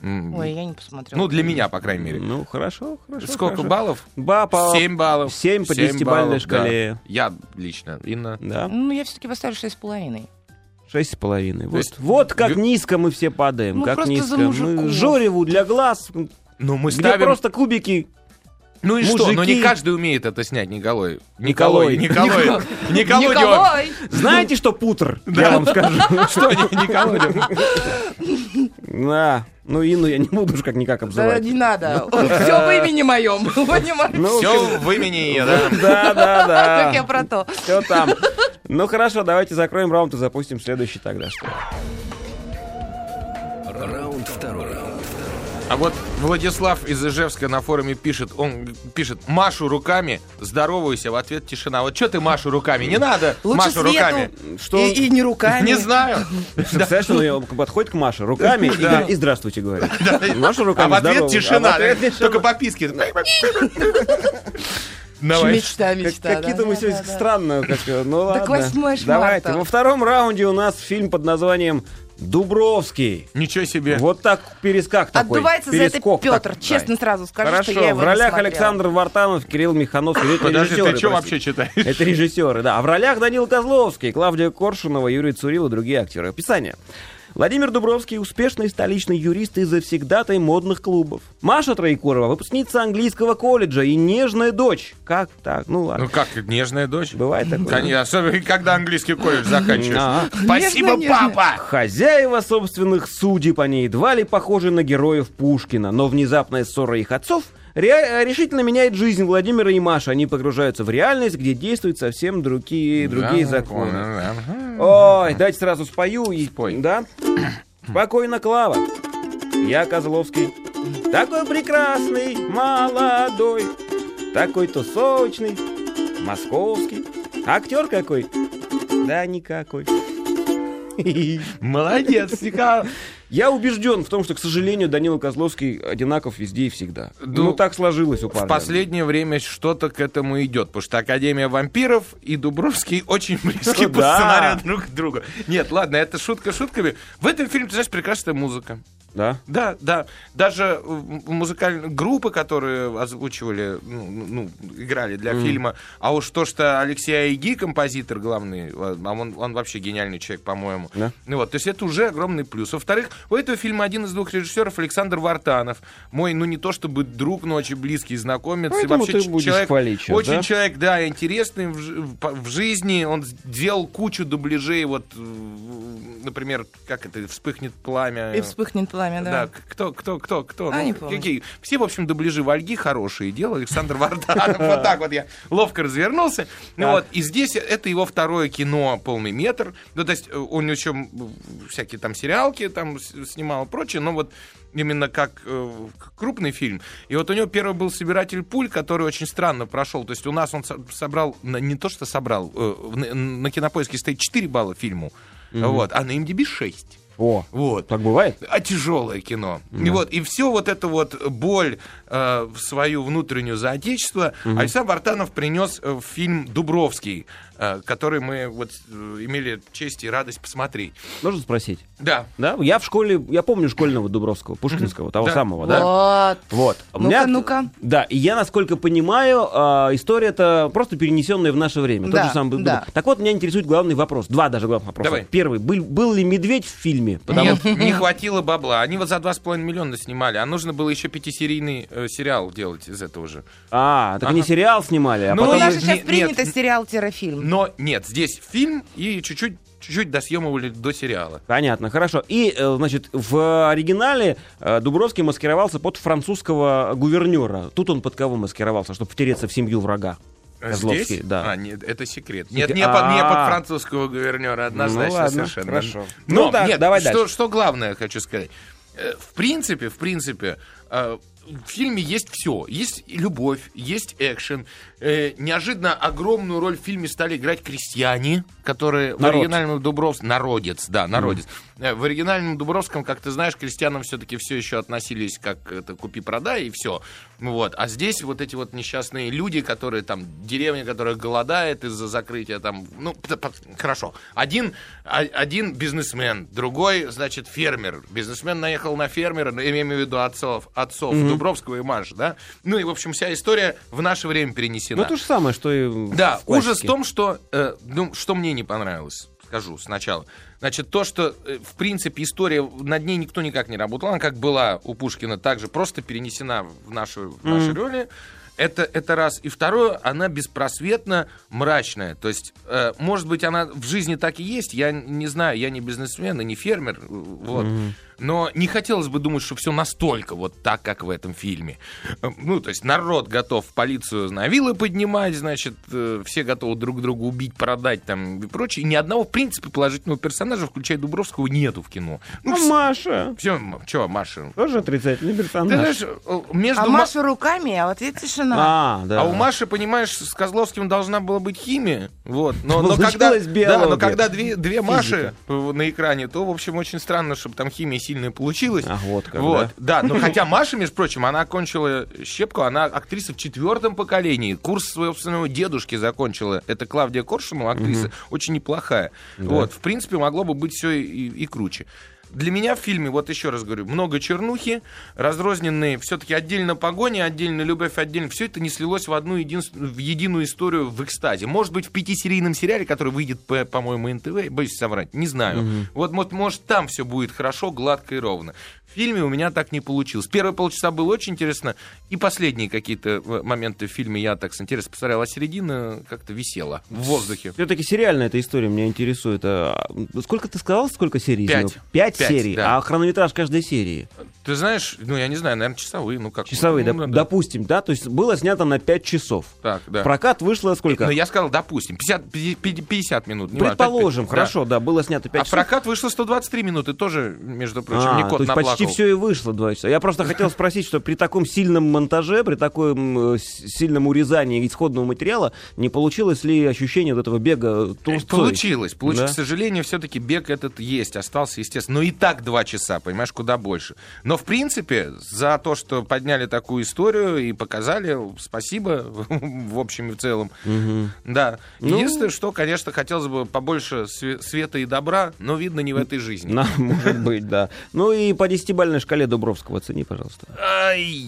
Speaker 3: М,
Speaker 4: Ой, я не посмотрела.
Speaker 3: Ну, для меня, по крайней мере.
Speaker 2: Ну хорошо, хорошо.
Speaker 3: Сколько
Speaker 2: хорошо.
Speaker 3: баллов?
Speaker 2: Ба по...
Speaker 3: 7 баллов.
Speaker 2: семь по
Speaker 3: Семь
Speaker 2: десятибалльной
Speaker 3: баллов, да.
Speaker 2: шкале.
Speaker 3: Я лично. Инна.
Speaker 2: Да,
Speaker 4: Ну, я все-таки поставлю шесть с половиной.
Speaker 2: шесть с половиной. Вот,
Speaker 3: есть-
Speaker 2: вот как низко мы все падаем,
Speaker 4: Ну,
Speaker 2: как
Speaker 4: просто
Speaker 2: низко.
Speaker 4: за
Speaker 2: Мы
Speaker 4: мужиков.
Speaker 2: Жореву для глаз,
Speaker 3: Ну, мы
Speaker 2: где
Speaker 3: ставим...
Speaker 2: просто кубики.
Speaker 3: Ну и что? Ну
Speaker 2: мужики-
Speaker 3: не каждый умеет это снять, Николай.
Speaker 2: Николай.
Speaker 3: Николай. Николай. Николай.
Speaker 4: Николай!
Speaker 2: Знаете, что <laughs> путер? Я вам скажу.
Speaker 3: Что, не- <laughs> Николай?
Speaker 2: Да, ну Инну я не буду уж как-никак
Speaker 4: Да
Speaker 2: обзывать.
Speaker 4: не надо. Все в имени моем. <laughs> Понимаете?
Speaker 2: Ну,
Speaker 3: Все в имени ее, да?
Speaker 2: Да,
Speaker 4: <laughs>
Speaker 2: да, да.
Speaker 4: Как я про А то.
Speaker 2: Все там. Ну хорошо, давайте закроем раунд и запустим следующий тогда. Что? ли.
Speaker 1: Раунд второй.
Speaker 3: А вот Владислав из Ижевска на форуме пишет, он пишет, машу руками, здороваюсь, а в ответ тишина. Вот что ты машу руками? Не надо
Speaker 4: Лучше
Speaker 3: машу
Speaker 4: свету
Speaker 3: руками.
Speaker 2: Что?
Speaker 4: И, и не руками.
Speaker 3: Не
Speaker 4: <laughs>
Speaker 3: знаю.
Speaker 2: Представляешь, что он подходит к Маше руками и говорит, и здравствуйте, говорит. Маша
Speaker 3: А
Speaker 2: руками
Speaker 3: в ответ
Speaker 2: здорово.
Speaker 3: тишина.
Speaker 2: А в ответ
Speaker 3: Только по писке. Давай.
Speaker 4: Мечта,
Speaker 2: Как-
Speaker 4: мечта.
Speaker 2: Какие-то
Speaker 4: да,
Speaker 2: мы
Speaker 4: да,
Speaker 2: сегодня
Speaker 4: да, да.
Speaker 2: странные, как э, ну ладно.
Speaker 4: Так 8 ж
Speaker 2: Давайте.
Speaker 4: марта.
Speaker 2: Во втором раунде у нас фильм под названием «Дубровский».
Speaker 3: Ничего себе.
Speaker 2: Вот так перескак такой.
Speaker 4: Отдувается за это
Speaker 2: перескок
Speaker 4: Петр.
Speaker 2: такой.
Speaker 4: Честно сразу скажу, что я
Speaker 2: Хорошо, в
Speaker 4: его не
Speaker 2: ролях
Speaker 4: смотрела.
Speaker 2: Александр Вартанов, Кирилл Миханов. и это
Speaker 3: Подожди,
Speaker 2: режиссеры,
Speaker 3: ты что
Speaker 2: простите.
Speaker 3: вообще читаешь?
Speaker 2: Это режиссеры, да. А в ролях Данил Козловский, Клавдия Коршунова, Юрий Цурил и другие актеры. Описание. Владимир Дубровский – успешный столичный юрист и завсегдатай модных клубов. Маша Троекурова – выпускница английского колледжа и нежная дочь. Как так? Ну ладно.
Speaker 3: Ну как, нежная дочь?
Speaker 2: Бывает такое.
Speaker 3: Конечно, особенно когда английский колледж
Speaker 2: Ага.
Speaker 3: заканчиваешь. Спасибо,
Speaker 4: Нежно-нежно.
Speaker 3: папа!
Speaker 2: Хозяева собственных судеб, они едва ли похожи на героев Пушкина, но внезапная ссора их отцов ре- решительно меняет жизнь Владимира и Маши. Они погружаются в реальность, где действуют совсем другие, другие
Speaker 3: Да,
Speaker 2: законы.
Speaker 3: да, да.
Speaker 2: Ой, дайте сразу спою и...
Speaker 3: Спой.
Speaker 2: Да? Спокойно, Клава. Я Козловский. Такой прекрасный, молодой. Такой тусовочный, московский. Актер какой? Да никакой.
Speaker 3: Молодец, Николай.
Speaker 2: Я убежден в том, что, к сожалению, Данила Козловский одинаков везде и всегда.
Speaker 3: Ну,
Speaker 2: Ну, так сложилось у
Speaker 3: В
Speaker 2: парня.
Speaker 3: последнее время что-то к этому идет, потому что Академия вампиров и Дубровский очень <laughs> близки
Speaker 2: Ну
Speaker 3: по
Speaker 2: да.
Speaker 3: сценарию друг к другу. Нет, ладно, это шутка шутками. В этом фильме, ты знаешь, прекрасная музыка.
Speaker 2: Да?
Speaker 3: Да, да. Даже э, м, музыкальные группы, которые озвучивали, ну, ну, играли для фильма. А уж то, что Алексей Айги, композитор главный, а он, он вообще гениальный человек, по-моему.
Speaker 2: Да.
Speaker 3: Ну вот, то есть это уже огромный плюс. Во-вторых, у этого фильма один из двух режиссеров Александр Вартанов. Мой, ну не то чтобы друг, но очень близкий знакомец.
Speaker 2: Поэтому
Speaker 3: и вообще
Speaker 2: ты
Speaker 3: ч-
Speaker 2: будешь
Speaker 3: человек,
Speaker 2: хвалить сейчас,
Speaker 3: Очень
Speaker 2: да?
Speaker 3: человек, да, интересный в, жи- в по- в жизни. Он сделал кучу дубляжей. Вот, э, в- например, как это, «Вспыхнет пламя».
Speaker 4: И вспыхнет пламя,
Speaker 3: Да,
Speaker 4: да.
Speaker 3: к- кто, кто, кто, кто? Ну,
Speaker 4: А, не помню.
Speaker 3: какие- Все, в общем, дубляжи Вальги хорошие делал. Александр Варданов. Вот так вот я ловко развернулся. Ну
Speaker 2: Так.
Speaker 3: вот, и здесь это его второе кино «Полный метр». Ну, то есть э, он еще м, всякие там сериалки там с- снимал и прочее, но вот именно как э, к- крупный фильм. И вот у него первый был «Собиратель пуль», который очень странно прошел. То есть у нас он со- собрал, на- не то что собрал, э, на- на кинопоиске стоит 4 балла фильму, вот, а на MDB 6.
Speaker 2: О,
Speaker 3: Вот.
Speaker 2: так бывает?
Speaker 3: а тяжелое кино. И вот, и все вот это вот боль э, в свою внутреннюю за отечество Александр Бартанов принес э, в фильм Дубровский, э, который мы вот э, имели честь и радость посмотреть.
Speaker 2: Можно спросить?
Speaker 3: Да.
Speaker 2: Да, я в школе, я помню школьного Дубровского, Пушкинского, того
Speaker 3: Да.
Speaker 2: самого, да?
Speaker 4: Вот.
Speaker 2: Вот. У
Speaker 4: Ну-ка,
Speaker 2: меня-
Speaker 4: ну-ка.
Speaker 2: Да, и я, насколько понимаю, а, история-то просто перенесенная в наше время. Тот
Speaker 4: Да,
Speaker 2: же самый был-
Speaker 4: да.
Speaker 2: Так вот, меня интересует главный вопрос. Два даже главных вопроса.
Speaker 3: Давай.
Speaker 2: Первый. Был, был ли медведь в фильме?
Speaker 3: Нет, не хватило бабла. Они вот за 2,5 миллиона снимали, а нужно было еще пятисерийный э, сериал делать из этого же.
Speaker 2: А, так они
Speaker 3: Ага.
Speaker 2: сериал снимали, а
Speaker 3: Ну,
Speaker 4: У
Speaker 2: потом...
Speaker 3: я-
Speaker 4: нас же
Speaker 3: не-
Speaker 4: сейчас
Speaker 3: нет,
Speaker 4: принято
Speaker 3: н-
Speaker 4: сериал-фильм.
Speaker 3: Но нет, здесь фильм и чуть-чуть, чуть-чуть досъемывали до сериала.
Speaker 2: Понятно, хорошо. И, э, значит, в оригинале э, Дубровский маскировался под французского гувернера. Тут он под кого маскировался, чтобы втереться в семью врага?
Speaker 3: А
Speaker 2: Козловский,
Speaker 3: здесь?
Speaker 2: да.
Speaker 3: А, нет, это секрет. Нет,
Speaker 2: Секрет.
Speaker 3: не под, не под
Speaker 2: А.
Speaker 3: французского гувернера,
Speaker 2: Ну
Speaker 3: однозначно
Speaker 2: ладно,
Speaker 3: совершенно.
Speaker 2: хорошо.
Speaker 3: Но,
Speaker 2: Ну да,
Speaker 3: нет,
Speaker 2: давай
Speaker 3: что,
Speaker 2: дальше.
Speaker 3: что главное хочу сказать. Э, В принципе, в принципе, э, в фильме есть все. Есть и любовь, есть экшен. Э, Неожиданно огромную роль в фильме стали играть крестьяне, которые в
Speaker 2: Народ.
Speaker 3: оригинальном Дубровском... Народец, да, народец. Э, В оригинальном Дубровском, как ты знаешь, к крестьянам все-таки все еще относились как э, это купи-продай и все. Вот. А здесь вот эти вот несчастные люди, которые там, деревня, которая голодает из-за закрытия там, ну, п- п- хорошо. Один, а- один бизнесмен, другой, значит, фермер. Бизнесмен наехал на фермера, ну, я имею в виду отцов, отцов Дубровского и Маш, да? Ну и, в общем, вся история в наше время перенесена.
Speaker 2: Ну, то же самое, что и в
Speaker 3: Да,
Speaker 2: классике.
Speaker 3: ужас в том, что, э, ну, что мне не понравилось, скажу сначала. Значит, то, что, э, в принципе, история, над ней никто никак не работал, она как была у Пушкина, также просто перенесена в нашу, в наши роли. Это, это раз. И второе, она беспросветно мрачная. То есть, э, может быть, она в жизни так и есть. Я не знаю, я не бизнесмен и не фермер. э, Вот. Но не хотелось бы думать, что все настолько вот так, как в этом фильме. Э, Ну, то есть народ готов полицию на вилы поднимать, значит, э, все готовы друг друга убить, продать там и прочее. И ни одного, в принципе, положительного персонажа, включая Дубровского, нету в кино. Ну,
Speaker 2: А Маша,
Speaker 3: все, что, Маша?
Speaker 2: тоже отрицательный
Speaker 3: Ты
Speaker 2: персонаж.
Speaker 3: знаешь, э, между
Speaker 4: А
Speaker 3: Ма-
Speaker 4: Маша руками, а вот видите, тишина.
Speaker 2: А, да.
Speaker 3: А у Маши, понимаешь, с Козловским должна была быть химия. Вот. Но,
Speaker 2: <laughs>
Speaker 3: но
Speaker 2: Получилась
Speaker 3: когда, да,
Speaker 2: биология.
Speaker 3: но когда две, две Маши э, на экране, то, в общем, очень странно, чтобы там химия сильная получилась.
Speaker 2: А, вот как,
Speaker 3: вот. Да,
Speaker 2: <laughs>
Speaker 3: но хотя Маша, между прочим, она окончила щепку, она актриса в четвертом поколении. Курс своего собственного дедушки закончила. Это Клавдия Коршунова, актриса, очень неплохая. Вот, в принципе, могло бы быть все и, и круче. Для меня в фильме, вот еще раз говорю, много чернухи, разрозненные, все-таки отдельно погони, отдельно любовь, отдельно. Все это не слилось в одну единственную, в единую историю в экстазе. Может быть, в пятисерийном сериале, который выйдет, по- по-моему, НТВ, боюсь соврать, не знаю. Вот, мот- может, там все будет хорошо, гладко и ровно. В фильме у меня так не получилось. Первые полчаса было очень интересно, и последние какие-то э, моменты в фильме я так с интересом посмотрел, а середина как-то висела в воздухе.
Speaker 2: Все-таки сериальная эта история меня интересует. А, Сколько ты сказал, сколько серий? из
Speaker 3: Пять.
Speaker 2: него? Пять,
Speaker 3: Пять,
Speaker 2: серий.
Speaker 3: да.
Speaker 2: А хронометраж каждой серии?
Speaker 3: Ты знаешь, ну, я не знаю, наверное, часовые, ну как.
Speaker 2: Часовые,
Speaker 3: ну,
Speaker 2: доп-
Speaker 3: надо-
Speaker 2: допустим, да? То есть было снято на 5 часов.
Speaker 3: Так, да.
Speaker 2: В прокат вышло сколько?
Speaker 3: Но Ну, я сказал, допустим, 50, пи- пи- 50 минут. не важно,
Speaker 2: Предположим,
Speaker 3: 55,
Speaker 2: хорошо, да. было снято
Speaker 3: да.
Speaker 2: 5
Speaker 3: А в
Speaker 2: часов.
Speaker 3: прокат вышло 123 минуты, тоже, между прочим,
Speaker 2: А,
Speaker 3: не
Speaker 2: то
Speaker 3: кот
Speaker 2: есть
Speaker 3: наплакал.
Speaker 2: почти все и вышло два часа. Я просто хотел спросить, что при таком сильном монтаже, при таком э, с- сильном урезании исходного материала, не получилось ли ощущение вот этого бега
Speaker 3: Э,
Speaker 2: толстой?
Speaker 3: Получилось, получилось.
Speaker 2: Да.
Speaker 3: К сожалению, все-таки бег этот есть, остался, естественно. Но и так два часа, понимаешь, куда больше. Но, в принципе, за то, что подняли такую историю и показали, спасибо, <laughs> в общем и в целом. Да.
Speaker 2: Ну.
Speaker 3: Единственное, что, конечно, хотелось бы побольше све- света и добра, но, видно, не в этой жизни.
Speaker 2: На, <laughs> может быть, да. Ну и по десятибальной шкале Дубровского оцени, пожалуйста.
Speaker 3: Ай,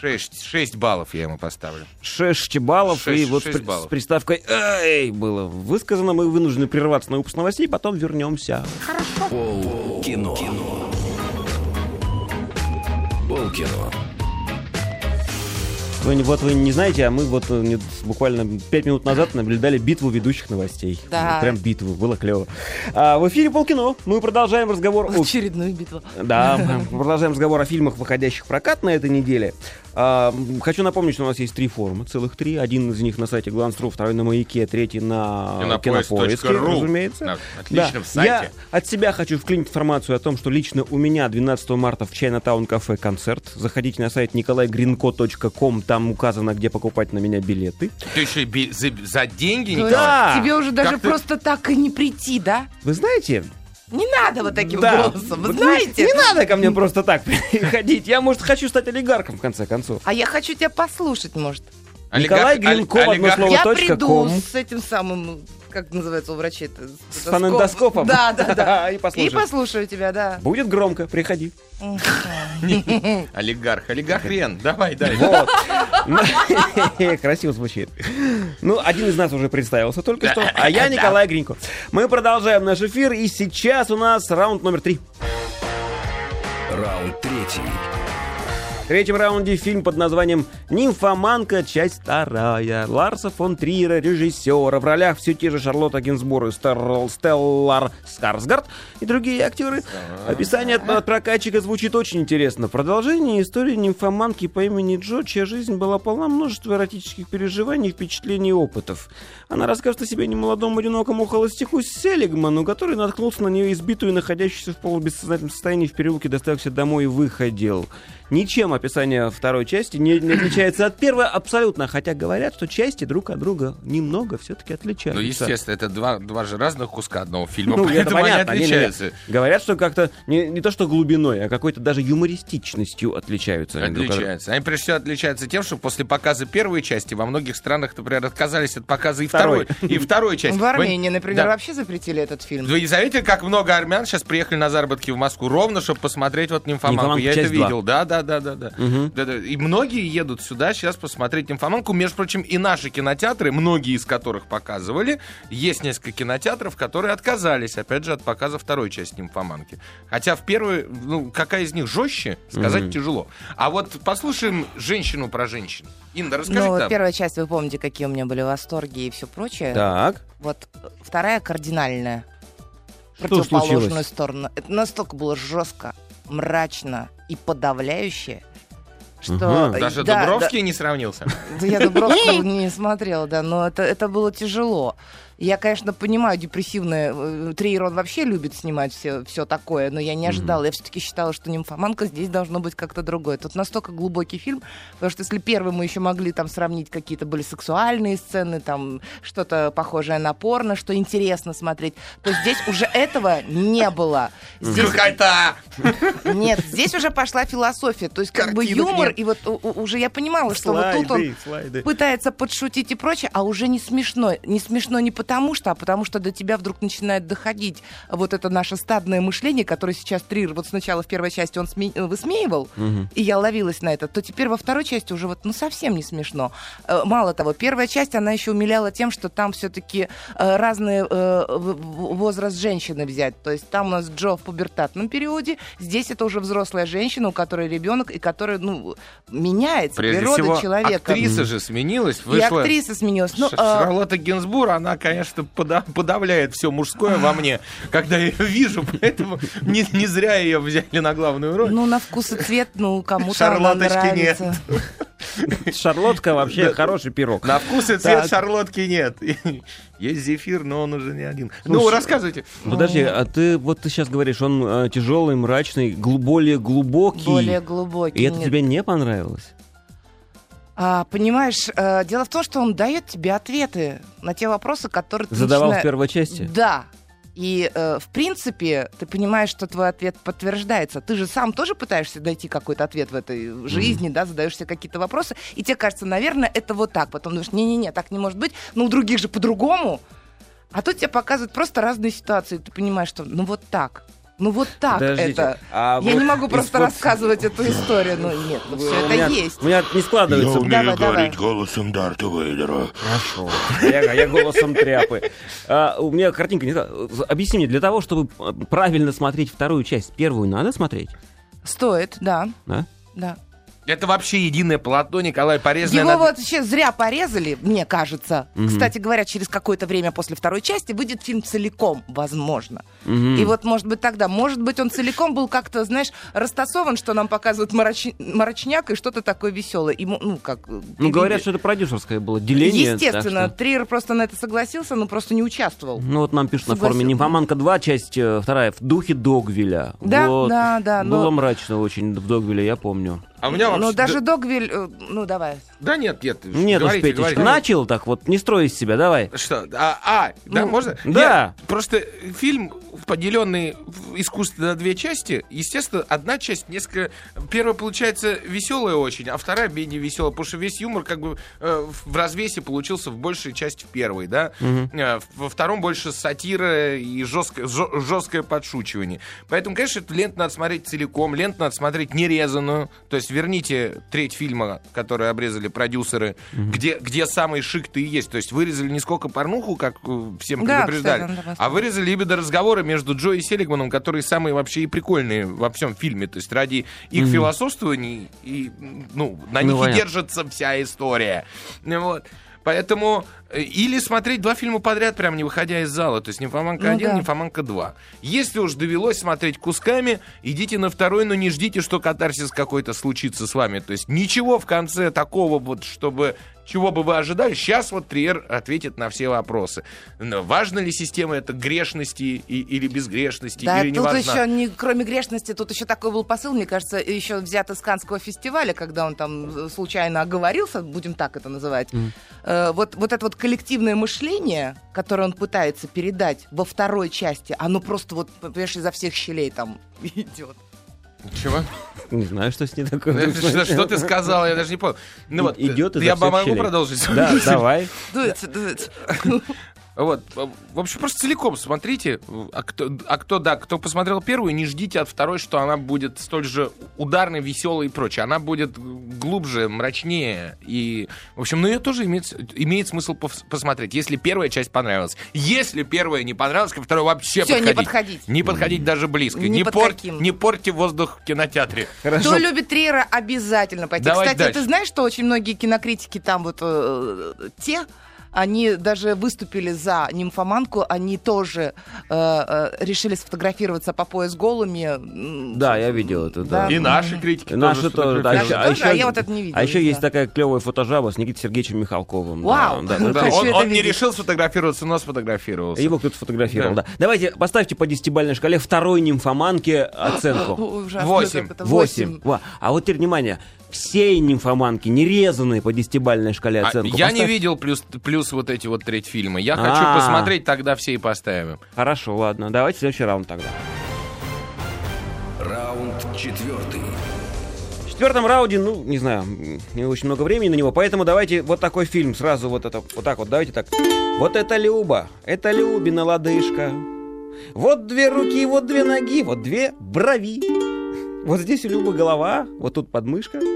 Speaker 3: 6, баллов я ему поставлю.
Speaker 2: 6 баллов,
Speaker 3: Шесть-
Speaker 2: и вот
Speaker 3: шесть
Speaker 2: с при-
Speaker 3: баллов.
Speaker 2: с приставкой «Эй!» было высказано. Мы вынуждены прерваться на выпуск новостей, потом вернемся.
Speaker 1: Кино. Кино. Полкино.
Speaker 2: Вы, не- вот вы не знаете, а мы вот э, не- буквально 5 минут назад наблюдали битву ведущих новостей. Ну,
Speaker 4: Да.
Speaker 2: Прям битву, было клево. А, в эфире «Полкино». Мы продолжаем разговор о
Speaker 4: Очередную битву.
Speaker 2: Да, мы продолжаем разговор о фильмах, выходящих в прокат на этой неделе. А, м, Хочу напомнить, что у нас есть три форума, целых три. Один из них на сайте Глансру, второй на Маяке, третий на Кинопоиске,
Speaker 3: Кинопоиск.ру.
Speaker 2: А, разумеется.
Speaker 3: Так, отличном
Speaker 2: Да.
Speaker 3: сайте.
Speaker 2: Я от себя хочу вклинить информацию о том, что лично у меня 12 марта в Чайнатаун кафе концерт. Заходите на сайт николайгринко.ком, там указано, где покупать на меня билеты.
Speaker 3: Ты еще и би- за, за деньги,
Speaker 4: То
Speaker 3: Николай?
Speaker 4: есть Тебе уже даже
Speaker 3: Как ты-
Speaker 4: просто так и не прийти, да?
Speaker 2: Вы знаете,
Speaker 4: Не надо вот таким
Speaker 2: Да.
Speaker 4: голосом, вы
Speaker 2: Вот ну,
Speaker 4: знаете?
Speaker 2: Не надо ко мне просто так <laughs> приходить. Я, может, хочу стать олигархом, в конце концов.
Speaker 4: А я хочу тебя послушать, может.
Speaker 2: Николай Гринков,
Speaker 3: олигарх-
Speaker 2: одно слово.
Speaker 4: Я
Speaker 2: точка
Speaker 4: приду
Speaker 2: ком.
Speaker 4: с этим самым, как называется у врачей это?
Speaker 2: С фонендоскопом.
Speaker 4: Да,
Speaker 2: <laughs>
Speaker 4: да, да.
Speaker 2: И
Speaker 4: И
Speaker 2: послушай.
Speaker 4: послушаю тебя, да.
Speaker 2: Будет громко, приходи.
Speaker 3: олигарх, олигарх Рен, давай, давай.
Speaker 2: Вот. Ну, <laughs> Красиво звучит. Ну, один из нас уже представился только что, а я Николай Гринько. Мы продолжаем наш эфир, и сейчас у нас раунд номер три.
Speaker 1: Раунд третий.
Speaker 2: В третьем раунде фильм под названием «Нимфоманка. Часть вторая». Ларса фон Триера, режиссера. В ролях все те же Шарлотта Гинзбур и Стелл- Стеллар Скарсгард и другие актеры. Описание от, от прокатчика звучит очень интересно. Продолжение истории нимфоманки по имени Джо, чья жизнь была полна множества эротических переживаний, впечатлений и опытов. Она расскажет о себе немолодому одинокому холостяку Селигману, который наткнулся на нее избитую, находящуюся в полубессознательном состоянии в переулке, доставил себя домой и выходил. Ничем описание второй части не, не отличается от первой абсолютно, хотя говорят, что части друг от друга немного все-таки отличаются.
Speaker 3: Ну, естественно, это два, два же разных куска одного фильма,
Speaker 2: Ну, это
Speaker 3: поэтому они
Speaker 2: понятно. не-не-не.
Speaker 3: отличаются.
Speaker 2: Говорят, что как-то не, не то что глубиной, а какой-то даже юмористичностью отличаются. они друг от друга.
Speaker 3: Отличаются. Они прежде всего отличаются тем, что после показа первой части во многих странах, например, отказались от показа и
Speaker 2: Второй.
Speaker 3: второй, и второй части.
Speaker 4: В Армении, например,
Speaker 3: Да.
Speaker 4: вообще запретили этот фильм. Ну,
Speaker 3: Вы не заметили, как много армян сейчас приехали на заработки в Москву ровно, чтобы посмотреть вот «Нимфоманку».
Speaker 2: «Нимфоманка»
Speaker 3: Я это
Speaker 2: часть два.
Speaker 3: видел. Да, да, да, да, да. Да-да. И многие едут сюда сейчас посмотреть «Нимфоманку». Между прочим, и наши кинотеатры, многие из которых показывали, есть несколько кинотеатров, которые отказались, опять же, от показа второй части «Нимфоманки». Хотя в первой, ну, какая из них жестче, сказать тяжело. А вот послушаем «Женщину про женщин». Инна, расскажи
Speaker 4: Ну,
Speaker 3: там.
Speaker 4: первая часть, вы помните, какие у меня были восторги и все прочее.
Speaker 2: Так.
Speaker 4: Вот э, вторая кардинальная.
Speaker 2: Что
Speaker 4: противоположную
Speaker 2: случилось?
Speaker 4: сторону. Это настолько было жестко, мрачно и подавляюще, что...
Speaker 2: Мгм.
Speaker 4: э,
Speaker 3: Даже
Speaker 4: да,
Speaker 3: Дубровский не сравнился.
Speaker 4: да, да я Дубровского не смотрела, да, но это, это было тяжело. Я, конечно, понимаю, депрессивное... э, Триер, он вообще любит снимать все, все такое, но я не ожидала. Я все-таки считала, что «Нимфоманка» здесь должно быть как-то другое. Тут настолько глубокий фильм, потому что если первый мы еще могли там сравнить какие-то были сексуальные сцены, там что-то похожее на порно, что интересно смотреть, то здесь уже этого не было. Здесь
Speaker 3: Какая-то...
Speaker 4: нет, здесь уже пошла философия. То есть, как бы
Speaker 3: Картинок
Speaker 4: юмор,
Speaker 3: нет.
Speaker 4: и вот у- у- уже я понимала, что вот тут он
Speaker 2: слайды.
Speaker 4: пытается подшутить и прочее, а уже не смешно. Не смешно не потому что, а потому что до тебя вдруг начинает доходить вот это наше стадное мышление, которое сейчас Трир вот сначала в первой части он сме- э, высмеивал, и я ловилась на это, то теперь во второй части уже вот ну совсем не смешно. Э, Мало того, первая часть, она еще умиляла тем, что там все-таки разные э, в- в- возраст женщины взять. То есть там у нас Джо в пубертатном периоде, здесь это уже взрослая женщина, у которой ребенок, и которая, ну, меняется,
Speaker 3: Прежде
Speaker 4: природа
Speaker 3: всего,
Speaker 4: человека.
Speaker 3: актриса же сменилась,
Speaker 4: И
Speaker 3: вышла.
Speaker 4: актриса сменилась. Ну,
Speaker 3: Ш-
Speaker 4: э,
Speaker 3: Шарлотта Гинзбур, она, конечно, пода- подавляет все мужское во мне, когда я ее вижу, поэтому не, не зря ее взяли на главную роль.
Speaker 4: ну, на вкус и цвет, ну, кому-то она
Speaker 3: Шарлоточки нет.
Speaker 4: нравится.
Speaker 2: Шарлотка вообще хороший пирог.
Speaker 3: На вкус и цвет
Speaker 2: Так.
Speaker 3: Шарлотки нет. <laughs> Есть зефир, но он уже не один. Ну,
Speaker 2: Слушай,
Speaker 3: рассказывайте.
Speaker 2: Подожди, а ты вот ты сейчас говоришь, он э, тяжелый, мрачный, глу- более глубокий.
Speaker 4: Более глубокий.
Speaker 2: И это
Speaker 4: нет.
Speaker 2: тебе не понравилось?
Speaker 4: А, понимаешь, э, дело в том, что он дает тебе ответы на те вопросы, которые ты
Speaker 2: Задавал в
Speaker 4: начина-
Speaker 2: первой части?
Speaker 4: Да. И, э, в принципе, ты понимаешь, что твой ответ подтверждается. Ты же сам тоже пытаешься найти какой-то ответ в этой жизни, да, задаешь себе какие-то вопросы, и тебе кажется, наверное, это вот так. Потом думаешь, не-не-не, так не может быть, но у других же по-другому. А тут тебе показывают просто разные ситуации, и ты понимаешь, что ну вот так, ну вот так
Speaker 2: Подождите,
Speaker 4: это.
Speaker 2: а
Speaker 4: Я
Speaker 2: вот
Speaker 4: не могу
Speaker 2: из-
Speaker 4: просто
Speaker 2: вот-
Speaker 4: рассказывать эту историю, ну нет, ну все
Speaker 2: У
Speaker 4: это
Speaker 2: меня-
Speaker 4: есть.
Speaker 2: У меня не складывается.
Speaker 4: умею Давай, давай. говорить
Speaker 5: голосом Дарта Вейдера.
Speaker 2: Хорошо. Я, я
Speaker 4: <laughs>
Speaker 2: голосом тряпы. А, у меня картинка не та. Объясни мне, для того, чтобы э, правильно смотреть вторую часть, первую надо смотреть?
Speaker 4: Стоит, да,
Speaker 2: Да?
Speaker 4: да.
Speaker 3: Это вообще единое полотно Николай Порезный.
Speaker 4: Его
Speaker 3: она-
Speaker 4: вот вообще зря порезали, мне кажется. Кстати говоря, через какое-то время после второй части выйдет фильм целиком, возможно.
Speaker 2: Мгм.
Speaker 4: И вот, может быть, тогда, может быть, он целиком был как-то, знаешь, растасован, что нам показывают мороч- мрачняк и что-то такое веселое. Ему, ну, как... э,
Speaker 2: Ну, говорят,
Speaker 4: перебили.
Speaker 2: что это продюсерское было деление. так
Speaker 4: Естественно,
Speaker 2: что-
Speaker 4: Триер просто на это согласился, но просто не участвовал.
Speaker 2: Ну вот нам пишут на
Speaker 4: Согласен.
Speaker 2: форуме «Нимфоманка 2», часть э, вторая, в духе Догвиля.
Speaker 4: Да,
Speaker 2: Вот.
Speaker 4: да, да, но-
Speaker 2: Было мрачно очень в Догвиле, я помню.
Speaker 3: А у меня
Speaker 4: Но
Speaker 3: вообще-
Speaker 4: даже Догвиль... э, Ну, давай.
Speaker 3: Да нет, нет.
Speaker 2: Нет, уж,
Speaker 3: говорите,
Speaker 2: Петечка,
Speaker 3: говорите.
Speaker 2: начал так вот, не строй из себя, давай.
Speaker 3: Что? А, а, да,
Speaker 4: Ну,
Speaker 3: можно?
Speaker 2: да.
Speaker 3: Нет, просто э, фильм, поделенный в искусственно на две части, естественно, одна часть несколько... Первая получается веселая очень, а вторая менее веселая, потому что весь юмор как бы э, в развесе получился в большей части в первой, да? Э, Во втором больше сатира и жесткое, жё- жесткое подшучивание. Поэтому, конечно, эту ленту надо смотреть целиком, ленту надо смотреть нерезанную. То есть верните треть фильма, который обрезали продюсеры, где, где самый шик-то и есть. То есть вырезали не сколько порнуху, как э, всем
Speaker 4: Да,
Speaker 3: предупреждали,
Speaker 4: кстати, надо
Speaker 3: а вырезали именно разговоры между Джо и Селигманом, которые самые вообще и прикольные во всем фильме. То есть ради их философствований, и, ну, на
Speaker 2: Ну,
Speaker 3: них и
Speaker 2: понятно.
Speaker 3: держится вся история. Ну, Вот. Поэтому э, или смотреть два фильма подряд, прям не выходя из зала. То есть «Нимфоманка-1»,
Speaker 4: Ну да.
Speaker 3: «Нимфоманка 2». Если уж довелось смотреть кусками, идите на второй, но не ждите, что катарсис какой-то случится с вами. То есть ничего в конце такого вот, чтобы... Чего бы вы ожидали? Сейчас вот Триер ответит на все вопросы. Но важна ли система это грешности и- или безгрешности,
Speaker 4: Да,
Speaker 3: или не
Speaker 4: тут
Speaker 3: важна?
Speaker 4: еще, не, кроме грешности, тут еще такой был посыл, мне кажется, еще взят из Канского фестиваля, когда он там э, случайно оговорился, будем так это называть. Э, вот, вот это вот коллективное мышление, которое он пытается передать во второй части, оно просто вот, понимаешь, изо всех щелей там <laughs> идет.
Speaker 3: Чего?
Speaker 2: Не знаю, что с ней такое.
Speaker 3: Что что ты сказал? Я даже не понял. Ну вот,
Speaker 2: Идет изо
Speaker 3: я
Speaker 2: всех
Speaker 3: могу
Speaker 2: щелей.
Speaker 3: продолжить?
Speaker 2: Да, давай.
Speaker 4: Дуется, дуется.
Speaker 3: Вот, э, в общем, просто целиком смотрите, а кто, а кто, да, кто посмотрел первую, не ждите от второй, что она будет столь же ударной, веселой и прочее. Она будет глубже, мрачнее и, в общем, но ее тоже имеет, с- имеет смысл пос- посмотреть, если первая часть понравилась. Если первая не понравилась, ко второй вообще
Speaker 4: Всё, не
Speaker 3: подходить.
Speaker 4: подходить.
Speaker 3: Не подходить даже близко.
Speaker 4: Ни
Speaker 3: Не,
Speaker 4: под
Speaker 3: порт-
Speaker 4: каким.
Speaker 3: не порти воздух в кинотеатре.
Speaker 4: Кто любит Триера, обязательно пойти.
Speaker 3: Давай
Speaker 4: Кстати,
Speaker 3: дальше.
Speaker 4: ты знаешь, что очень многие кинокритики там вот э, те, они даже выступили за нимфоманку, они тоже э, э, решили сфотографироваться по пояс голыми. м,
Speaker 2: Да, я видел это, да.
Speaker 4: Да.
Speaker 3: И наши критики
Speaker 2: И Наши тоже. да. А
Speaker 4: Наши
Speaker 2: еще-
Speaker 4: тоже, а
Speaker 2: еще-
Speaker 4: я вот это не видела,
Speaker 2: А еще
Speaker 4: не
Speaker 2: есть
Speaker 4: знаю.
Speaker 2: такая клевая фотожаба с Никитой Сергеевичем Михалковым.
Speaker 4: Вау.
Speaker 2: Да, да,
Speaker 3: Да,
Speaker 2: да.
Speaker 4: Хочу
Speaker 3: он
Speaker 4: это
Speaker 3: он не
Speaker 4: видеть.
Speaker 3: решил сфотографироваться, но сфотографировался.
Speaker 2: Его кто-то фотографировал,
Speaker 3: Да.
Speaker 2: да. Давайте поставьте по десятибальной шкале второй
Speaker 4: <gasps>
Speaker 2: нимфоманке оценку.
Speaker 4: О, ужасно,
Speaker 3: Восемь.
Speaker 4: как это,
Speaker 2: Восемь. Во. А вот теперь внимание. Все нимфоманки, нерезанные по десятибальной шкале
Speaker 3: А,
Speaker 2: оценку.
Speaker 3: я не
Speaker 2: поставь.
Speaker 3: видел плюс, плюс вот эти вот треть фильма. Я
Speaker 2: А.
Speaker 3: хочу посмотреть, тогда все и поставим.
Speaker 2: Хорошо, ладно. Давайте следующий раунд тогда.
Speaker 1: Раунд четвертый.
Speaker 2: В четвертом раунде, ну, не знаю, м, не очень много времени на него, поэтому давайте вот такой фильм сразу вот это, вот так вот, давайте так. Вот это Люба, это Любина лодыжка. Вот две руки, вот две ноги, вот две брови. Вот здесь у Любы голова, вот тут подмышка. <laughs>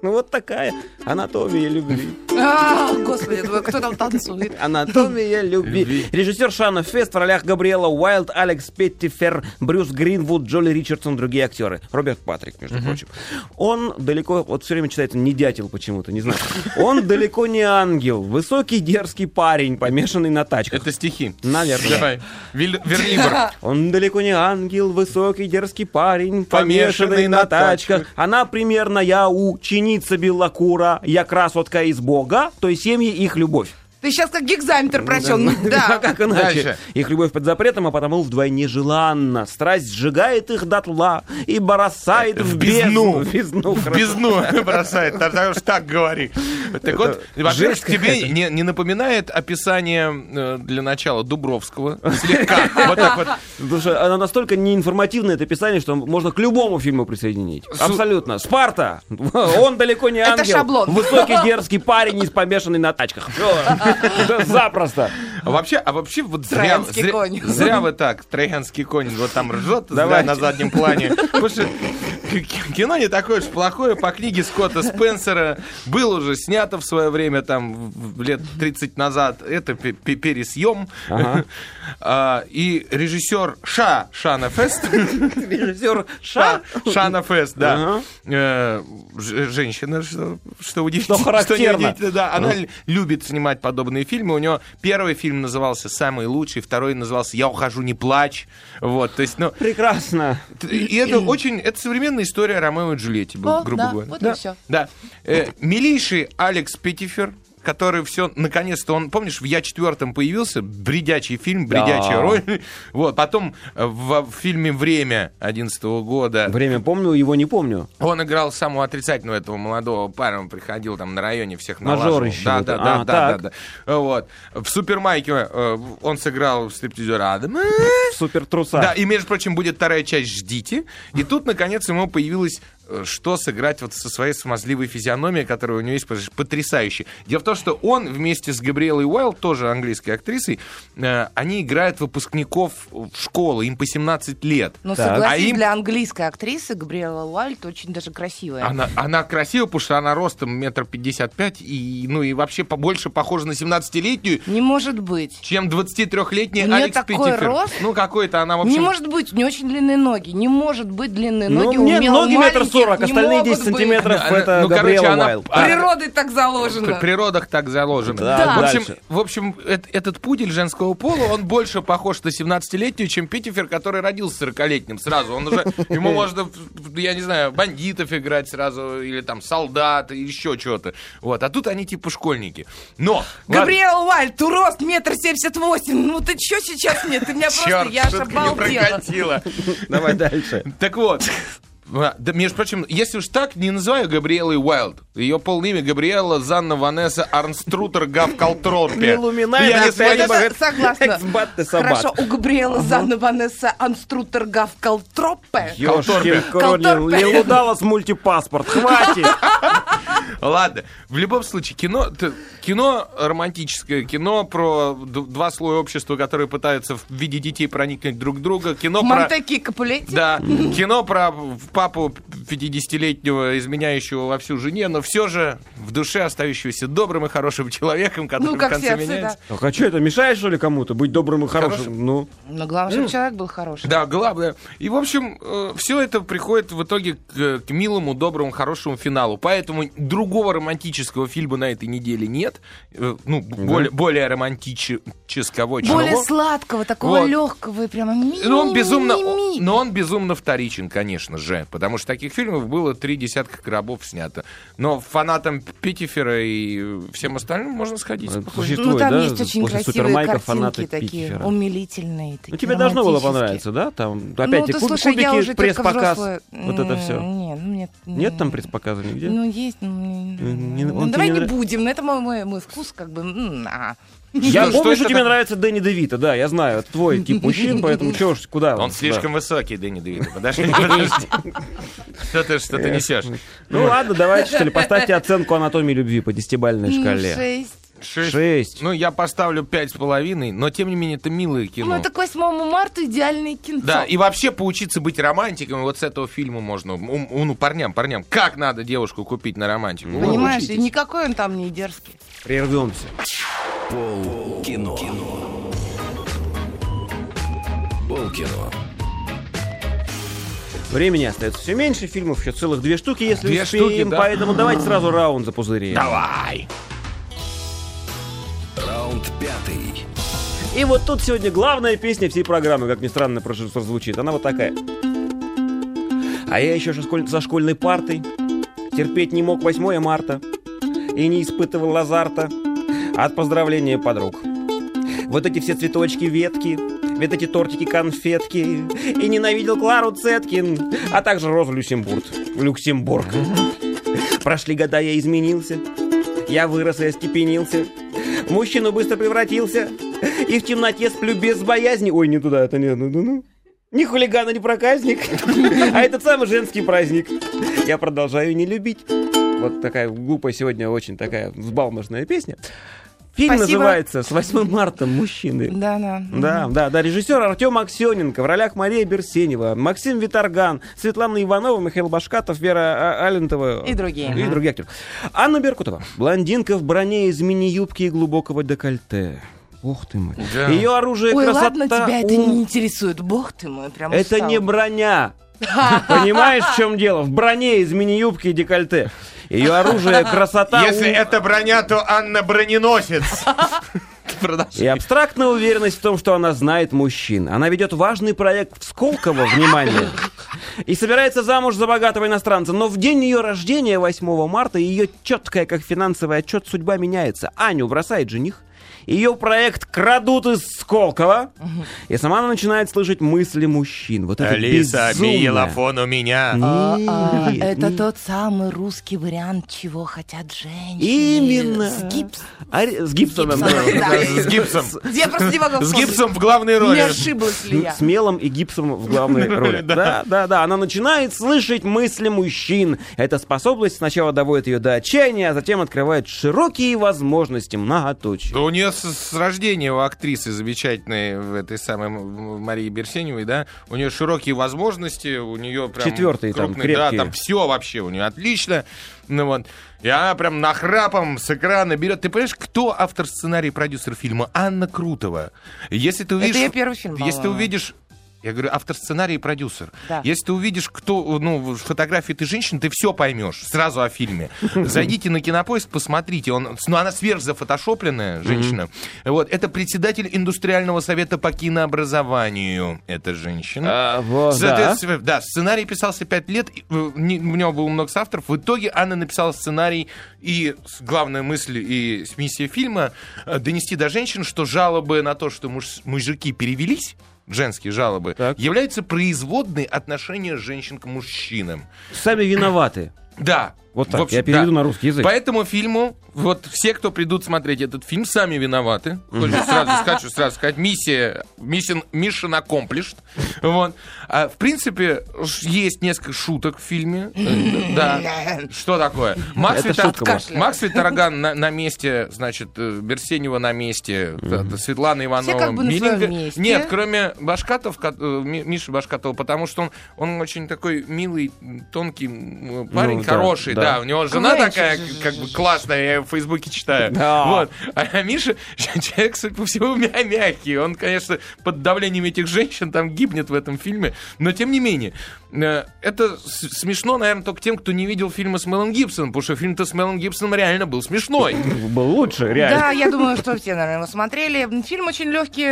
Speaker 2: Ну вот такая анатомия любви.
Speaker 4: А, господи, думаю, кто там танцует?
Speaker 2: Анатомия <laughs> любви. Режиссер Шана Фест в ролях Габриэла Уайлд, Алекс Петтифер, Брюс Гринвуд, Джоли Ричардсон, другие актеры. Роберт Патрик, между прочим. Он далеко, вот все время читается не дятел почему-то, не знаю. Он далеко не ангел. Высокий дерзкий парень, помешанный на тачках.
Speaker 3: Это стихи.
Speaker 2: Наверное.
Speaker 3: Давай. Виль-
Speaker 2: <laughs>
Speaker 3: Верлибр.
Speaker 2: Он далеко не ангел, высокий дерзкий парень, помешанный на тачках. Она примерно я ученица белокура, я красотка из бога, то есть семьи их любовь.
Speaker 4: Ты сейчас как гигзаметр прочел. Ну,
Speaker 3: <laughs>
Speaker 2: А
Speaker 4: <laughs> Да.
Speaker 2: как иначе?
Speaker 3: Дальше.
Speaker 2: Их любовь под запретом, а потому вдвойне желанна. Страсть сжигает их дотла и бросает в
Speaker 3: В бездну.
Speaker 2: бездну. <laughs> В бездну,
Speaker 3: В
Speaker 2: хорошо.
Speaker 3: бездну бросает, потому что так говори. Так вот, во-первых,
Speaker 2: жесть
Speaker 3: тебе не, не напоминает описание э, для начала Дубровского? Слегка. Вот так вот.
Speaker 2: Потому что она настолько неинформативная, это описание, что можно к любому фильму присоединить. Абсолютно. Спарта! <laughs> Он далеко не
Speaker 4: Это
Speaker 2: ангел.
Speaker 4: шаблон. <laughs>
Speaker 2: Высокий дерзкий парень, из помешанный на тачках. Всё. <laughs> Да Запросто.
Speaker 3: А вообще, а вообще вот зря,
Speaker 4: Троянский
Speaker 3: зря,
Speaker 4: конь.
Speaker 3: зря вы так, троянский конь, вот там ржет зря
Speaker 2: Давайте.
Speaker 3: на заднем плане. Потому что к- кино не такое уж плохое, по книге Скотта Спенсера было уже снято в свое время, там, в- лет 30 назад, это пе- пе- пересъем.
Speaker 2: Ага.
Speaker 3: А, И режиссер Ша Шана Фест,
Speaker 2: Режиссер Ша.
Speaker 3: Шана Фест, да,
Speaker 2: Ага.
Speaker 3: Э, ж- женщина, что что удивительно.
Speaker 2: Что характерно.
Speaker 3: неудивительно, да, она л- любит снимать подобные фильмы. У нее первый фильм назывался «Самый лучший», второй назывался «Я ухожу, не плачь». Вот, то есть, ну,
Speaker 2: Прекрасно.
Speaker 3: т- и это очень, это современная история о Ромео и Джульетте, был,
Speaker 4: О,
Speaker 3: грубо
Speaker 4: да,
Speaker 3: говоря.
Speaker 4: вот и
Speaker 3: да,
Speaker 4: всё.
Speaker 3: да. Э, милейший Алекс Петтифер, который все, наконец-то, он, помнишь, в Я четвертом появился, бредячий фильм, бредячая
Speaker 2: Да.
Speaker 3: роль. <laughs> Вот, потом э, в, в фильме «Время» 11 года
Speaker 2: Время помню, его не помню.
Speaker 3: он играл самого отрицательного этого молодого парня, он приходил там на районе всех
Speaker 2: Мажор
Speaker 3: налаживал.
Speaker 2: еще
Speaker 3: Да,
Speaker 2: вот
Speaker 3: да,
Speaker 2: это.
Speaker 3: да,
Speaker 2: А,
Speaker 3: да,
Speaker 2: так.
Speaker 3: да, да. Вот. В Супермайке э, он сыграл стриптизера
Speaker 2: <laughs>
Speaker 3: Адама.
Speaker 2: Супер труса.
Speaker 3: Да, и, между прочим, будет вторая часть «Ждите». И тут, наконец, ему появилось э, что сыграть вот со своей смазливой физиономией, которая у него есть потому что потрясающе. Дело в том, что он вместе с Габриэлой Уайлд, тоже английской актрисой, э, они играют выпускников в школы, им по 17 лет.
Speaker 4: Ну,
Speaker 2: Так.
Speaker 4: согласись,
Speaker 3: А им-
Speaker 4: для английской актрисы Габриэла Уальт очень даже красивая.
Speaker 3: Она, она красива, потому что она ростом метр пятьдесят пять, и, ну и вообще побольше похожа на 17-летнюю,
Speaker 4: Не может быть.
Speaker 3: чем 23-летний
Speaker 4: У неё
Speaker 3: Алекс
Speaker 4: такой
Speaker 3: Питтифер.
Speaker 4: рост.
Speaker 3: Ну, какой-то она, в
Speaker 4: Не
Speaker 3: общем...
Speaker 4: может быть, у нее очень длинные ноги. Не может быть длинные
Speaker 2: Ну,
Speaker 4: ноги. у
Speaker 2: мне
Speaker 4: мел-
Speaker 2: ноги метр
Speaker 4: маленьких
Speaker 2: сорок,
Speaker 4: не
Speaker 2: остальные
Speaker 4: могут
Speaker 2: 10
Speaker 4: быть.
Speaker 2: сантиметров
Speaker 3: Она-
Speaker 2: это
Speaker 3: ну, короче,
Speaker 2: Габриэла
Speaker 3: она-
Speaker 2: Уайлд.
Speaker 3: А.
Speaker 4: Природой так заложено.
Speaker 3: В природах так заложено.
Speaker 2: Да,
Speaker 3: в, общем,
Speaker 2: дальше.
Speaker 3: в общем, эт- этот пудель женского пола, он больше похож на 17-летнюю, чем Питтифер, который родился 40-летним сразу. Он уже,
Speaker 2: <laughs>
Speaker 3: ему можно, в- я не знаю, бандитов играть сразу, или там солдат, или еще что-то. Вот. А тут они типа школьники. Но! ладно.
Speaker 4: Габриэла Уальт, ты рост метр семьдесят восемь. Ну ты чё сейчас мне? Ты меня просто,
Speaker 3: Черт,
Speaker 4: я аж
Speaker 3: шутка не
Speaker 4: обалдела.
Speaker 3: прокатила. Давай
Speaker 2: дальше.
Speaker 3: <laughs> Так вот. А, Да, между прочим, если уж так, не называю Габриэлой Уайлд. Ее полное имя Габриэла Занна Ванесса Арнструтер Гав Калтропи.
Speaker 2: Не луминай,
Speaker 3: Я
Speaker 2: да,
Speaker 3: не
Speaker 2: ты
Speaker 3: смогу-
Speaker 2: это-
Speaker 4: Это- Согласна.
Speaker 2: Эксбат ты собак.
Speaker 4: Хорошо, у Габриэла Занна Ванесса Анструтер Гав Калтропе.
Speaker 2: Ёшкин ну,
Speaker 4: Колторпе.
Speaker 2: Кронин, не лудала с мультипаспорт, хватит!
Speaker 3: Ладно. В любом случае, кино, т- кино романтическое, кино про д- два слоя общества, которые пытаются в виде детей проникнуть друг в друга, кино про...
Speaker 4: Монтеки Капулетти.
Speaker 3: Да, кино про папу 50-летнего, изменяющего во всю жене, но все же в душе остающегося добрым и хорошим человеком, который
Speaker 4: Ну,
Speaker 3: в
Speaker 4: как
Speaker 3: конце
Speaker 4: все отцы,
Speaker 3: меняется.
Speaker 2: <laughs> Так а что, это мешает, что ли, кому-то быть добрым и хорошим?
Speaker 3: Хорошим.
Speaker 2: Ну,
Speaker 4: Но главное, чтобы человек был хороший.
Speaker 3: Да, главное. И, в общем, все это приходит в итоге к, к милому, доброму, хорошему финалу. Поэтому другого романтического фильма на этой неделе нет. Э, Ну, более, более романтического, чем
Speaker 4: Более
Speaker 3: его.
Speaker 4: сладкого, такого
Speaker 3: Вот.
Speaker 4: легкого и прямо ми
Speaker 3: Ну, он безумно,
Speaker 4: ми- ми.
Speaker 3: но он безумно вторичен, конечно же, потому что таких фильмов было три десятка коробов снято. Но фанатам Питтифера и всем остальным можно сходить.
Speaker 2: Это
Speaker 3: спокойно.
Speaker 2: существует,
Speaker 4: Ну, там
Speaker 2: да,
Speaker 4: есть очень
Speaker 2: после
Speaker 4: красивые
Speaker 2: Супермайка
Speaker 4: картинки
Speaker 2: фанаты
Speaker 4: такие,
Speaker 2: Питтифера.
Speaker 4: умилительные. Такие,
Speaker 2: Ну, тебе должно было
Speaker 4: романтические.
Speaker 2: понравиться, да? Там, опять
Speaker 4: ну,
Speaker 2: же,
Speaker 4: ты слушай, я уже
Speaker 2: кубики,
Speaker 4: только
Speaker 2: пресс-показ,
Speaker 4: взрослая.
Speaker 2: вот это
Speaker 4: М,
Speaker 2: все.
Speaker 4: Нет, ну, нет.
Speaker 2: Нет там
Speaker 4: м,
Speaker 2: пресс-показа нигде?
Speaker 4: Ну, есть. но мне-
Speaker 2: Ну, не-
Speaker 4: ну,
Speaker 2: он тебе
Speaker 4: давай
Speaker 2: не
Speaker 4: не
Speaker 2: нрав-
Speaker 4: будем, но это мой, мой, мой вкус, как бы. м, а.
Speaker 2: Я
Speaker 3: Что-
Speaker 2: помню,
Speaker 3: что
Speaker 2: что
Speaker 3: это
Speaker 2: тебе
Speaker 3: так-
Speaker 2: нравится Дэнни Девита, да, я знаю, это твой тип
Speaker 4: <laughs>
Speaker 2: мужчин, поэтому чё ж, куда
Speaker 3: Он
Speaker 2: Да.
Speaker 3: слишком высокий, Дэнни Девита.
Speaker 2: <laughs>
Speaker 3: Подожди, подожди. Что ты, что ты несешь?
Speaker 2: Ну ладно, давайте, что ли, поставьте оценку анатомии любви по десятибальной
Speaker 4: Ну,
Speaker 2: шкале.
Speaker 4: Шесть.
Speaker 2: Шесть.
Speaker 3: Ну, я поставлю пять с половиной, но тем не менее это милое
Speaker 4: Ну,
Speaker 3: кино.
Speaker 4: это к 8 марта идеальное кинцо.
Speaker 3: Да, и вообще поучиться быть романтиком, и вот с этого фильма можно, ум- ну, парням, парням, как надо девушку купить на романтику? Вот,
Speaker 4: Понимаешь, и
Speaker 3: учитесь.
Speaker 4: никакой он там не дерзкий.
Speaker 2: Прервемся.
Speaker 1: Пол кино. Пол кино.
Speaker 2: Времени остается все меньше, фильмов еще целых две штуки, если
Speaker 3: Две
Speaker 2: успеем,
Speaker 3: штуки, да.
Speaker 2: поэтому давайте сразу раунд за пузыри.
Speaker 3: Давай!
Speaker 1: Раунд пятый.
Speaker 2: И вот тут сегодня главная песня всей программы, как ни странно, продюсер звучит. Она вот такая. А я еще школь- за школьной партой терпеть не мог 8 марта и не испытывал азарта от поздравления подруг. Вот эти все цветочки, ветки, вот эти тортики, конфетки. И ненавидел Клару Цеткин, а также Розу Люксембург. Люксембург. Прошли года, я изменился. Я вырос и остепенился. В Мужчину быстро превратился. И в темноте сплю без боязни. Ой, не туда, это не... Ну, ну, ну. Ни хулигана, ни проказник. А этот самый женский праздник. Я продолжаю не любить. Вот такая глупая сегодня очень такая взбалмошная песня. Фильм
Speaker 4: Спасибо.
Speaker 2: называется «С 8 марта мужчины».
Speaker 4: Да, да.
Speaker 2: Да, да, да, режиссер Артем Аксененко, в ролях Мария Берсенева, Максим Виторган, Светлана Иванова, Михаил Башкатов, Вера а, Алентова
Speaker 4: И другие.
Speaker 2: и другие актеры. Анна Беркутова, блондинка в броне из мини-юбки и глубокого декольте. Ох ты мой.
Speaker 3: Да.
Speaker 2: Ее оружие
Speaker 4: Ой,
Speaker 2: красота.
Speaker 4: ладно, тебя это
Speaker 2: ум.
Speaker 4: не ну интересует. Бог ты мой, прям
Speaker 2: Это
Speaker 4: устала.
Speaker 2: не
Speaker 4: <laughs>
Speaker 2: броня. Понимаешь, в чем дело? В броне из мини-юбки и декольте. Ее оружие красота.
Speaker 3: Если
Speaker 2: ум.
Speaker 3: это броня, то Анна броненосец.
Speaker 2: И абстрактная уверенность в том, что она знает мужчин. Она ведет важный проект в Сколково, внимание, и собирается замуж за богатого иностранца. Но в день ее рождения, 8 марта, ее четкая, как финансовый отчет, судьба меняется. Аню бросает жених, ее проект крадут из Сколково, и сама она начинает слышать мысли мужчин. Вот это безумное.
Speaker 3: у меня.
Speaker 4: А,
Speaker 2: Нет,
Speaker 4: Это
Speaker 2: нет.
Speaker 4: тот самый русский вариант, чего хотят женщины.
Speaker 2: Именно.
Speaker 4: С гипс.
Speaker 2: А ре- с гипсом.
Speaker 4: С гипсом,
Speaker 2: да.
Speaker 4: да.
Speaker 3: С гипсом.
Speaker 4: Я просто не могу
Speaker 3: С
Speaker 4: вспомнить,
Speaker 3: гипсом в главной
Speaker 4: Не
Speaker 3: роли.
Speaker 4: ошиблась ли я?
Speaker 2: С мелом и гипсом в
Speaker 3: <laughs>
Speaker 2: главной роли. Да, да, да. Она начинает слышать мысли мужчин. Эта способность сначала доводит ее до отчаяния, а затем открывает широкие возможности. Многоточие.
Speaker 3: Да у нее с, с рождения у актрисы замечательной, в этой самой М- М- Марии Берсеневой, да, у нее широкие возможности, у нее прям...
Speaker 2: Четвертые там,
Speaker 3: крупные, Да,
Speaker 2: крепкие.
Speaker 3: там все вообще у нее отлично. Ну вот. И она прям нахрапом с экрана берет. Ты понимаешь, кто автор сценария и продюсер фильма? Анна Крутова. Если ты увидишь...
Speaker 4: ее первый фильм,
Speaker 3: Если ты
Speaker 4: по-моему.
Speaker 3: увидишь... Я говорю, автор сценария и продюсер.
Speaker 4: Да.
Speaker 3: Если ты увидишь, кто, ну, фотографии ты женщин, ты все поймешь сразу о фильме. Зайдите на кинопоиск, посмотрите. Он, ну, она сверхзафотошопленная женщина. Вот, это председатель индустриального совета по кинообразованию. Это женщина.
Speaker 2: А, вот, да.
Speaker 3: Соответственно, да, сценарий писался пять лет, и, э, не- у него было много соавторов. В итоге Анна написала сценарий и с- главная мысль и с- миссия фильма э, донести до женщин, что жалобы на то, что муж- мужики перевелись, женские жалобы,
Speaker 2: Так.
Speaker 3: являются производной отношения женщин к мужчинам.
Speaker 2: Сами виноваты.
Speaker 3: Да.
Speaker 2: Вот так,
Speaker 3: В общем,
Speaker 2: я переведу
Speaker 3: да.
Speaker 2: на русский язык.
Speaker 3: По этому фильму, вот все, кто придут смотреть этот фильм, сами виноваты. Хочу сразу, хочу сразу сказать, миссия, mission, mission accomplished. Вот. А, в принципе, ш- есть несколько шуток в фильме. Э, Да. Что такое? Макс,
Speaker 2: Это
Speaker 3: Витар-
Speaker 2: шутка была.
Speaker 3: Макс Виторган на, на месте, значит, э, Берсенева на месте, та- та Светлана Иванова.
Speaker 4: Все как бы на своем
Speaker 3: Беринга-
Speaker 4: месте.
Speaker 3: Нет, кроме Башкатов, ко- э, Ми- Миши Башкатова, потому что он, он очень такой милый, тонкий м, парень,
Speaker 2: Ну, да,
Speaker 3: хороший,
Speaker 2: да.
Speaker 3: да. у него жена
Speaker 4: Квенчик
Speaker 3: такая,
Speaker 4: же,
Speaker 3: как
Speaker 4: же,
Speaker 3: бы
Speaker 4: же.
Speaker 3: классная, я её в Фейсбуке читаю.
Speaker 2: Да.
Speaker 3: Вот. А Миша, <laughs> человек, судя по всему, мя- мягкий. Он, конечно, под давлением этих женщин там гибнет в этом фильме. Но, тем не менее, э, это с- смешно, наверное, только тем, кто не видел фильма с Мелом Гибсоном, потому что фильм-то с Мелом Гибсоном реально был смешной.
Speaker 2: Был лучше,
Speaker 4: Да,
Speaker 2: реально.
Speaker 4: я думаю, что все, наверное, его смотрели. Фильм очень легкий,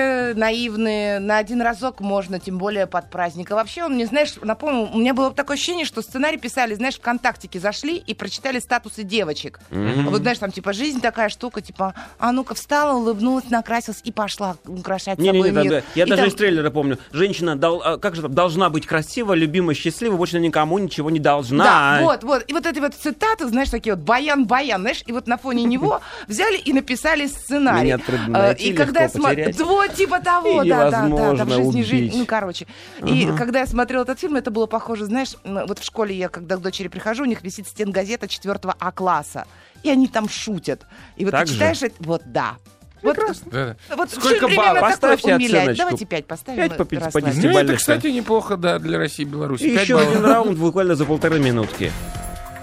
Speaker 4: наивный. На один разок можно, тем более под праздник. А вообще, он мне, знаешь, напомнил, у меня было такое ощущение, что сценарий писали, знаешь, ВКонтактике зашли и прочитали статусы девочек. Вот, знаешь, там, типа, жизнь такая штука, типа, а ну-ка встала, улыбнулась, накрасилась и пошла украшать
Speaker 2: Не, не,
Speaker 4: собой
Speaker 2: не,
Speaker 4: мир.
Speaker 2: я
Speaker 4: И
Speaker 2: даже
Speaker 4: там-
Speaker 2: из трейлера помню. Женщина, дол- а, как же там, должна быть красива, любима, счастлива, больше никому ничего не должна.
Speaker 4: Да, вот, вот. И вот эти вот цитаты, знаешь, такие вот баян-баян, знаешь, и вот на
Speaker 2: <laughs>
Speaker 4: фоне него взяли и написали сценарий.
Speaker 2: Меня трудно
Speaker 4: Э,
Speaker 2: найти,
Speaker 4: И когда я
Speaker 2: легко
Speaker 4: смотрю...
Speaker 2: потерять.
Speaker 4: Вот, типа того,
Speaker 2: И
Speaker 4: да, да, да, да, в
Speaker 2: невозможно
Speaker 4: жизни жизнь.
Speaker 2: убить.
Speaker 4: Ну, короче. И когда я смотрела этот фильм, это было похоже, знаешь, м, вот в школе я, когда к дочери прихожу, у них висит стенгазета 4 А-класса. А И они там шутят. И вот
Speaker 2: Так
Speaker 4: ты
Speaker 2: же?
Speaker 4: читаешь, это- вот, да. Вот,
Speaker 3: <laughs> Да.
Speaker 4: вот
Speaker 3: Сколько
Speaker 4: фильм
Speaker 3: баллов?
Speaker 4: примерно такой,
Speaker 2: Поставьте
Speaker 4: умиляет.
Speaker 2: оценочку.
Speaker 4: Давайте 5 поставим.
Speaker 2: Пять
Speaker 4: мы
Speaker 2: по пяти- по
Speaker 4: расслабимся.
Speaker 2: десяти.
Speaker 3: Ну, это,
Speaker 2: Десятибалльных,
Speaker 3: кстати, неплохо, да, для России и Беларуси.
Speaker 2: И
Speaker 3: Пять
Speaker 2: еще
Speaker 3: баллов.
Speaker 2: один раунд буквально за полторы минутки.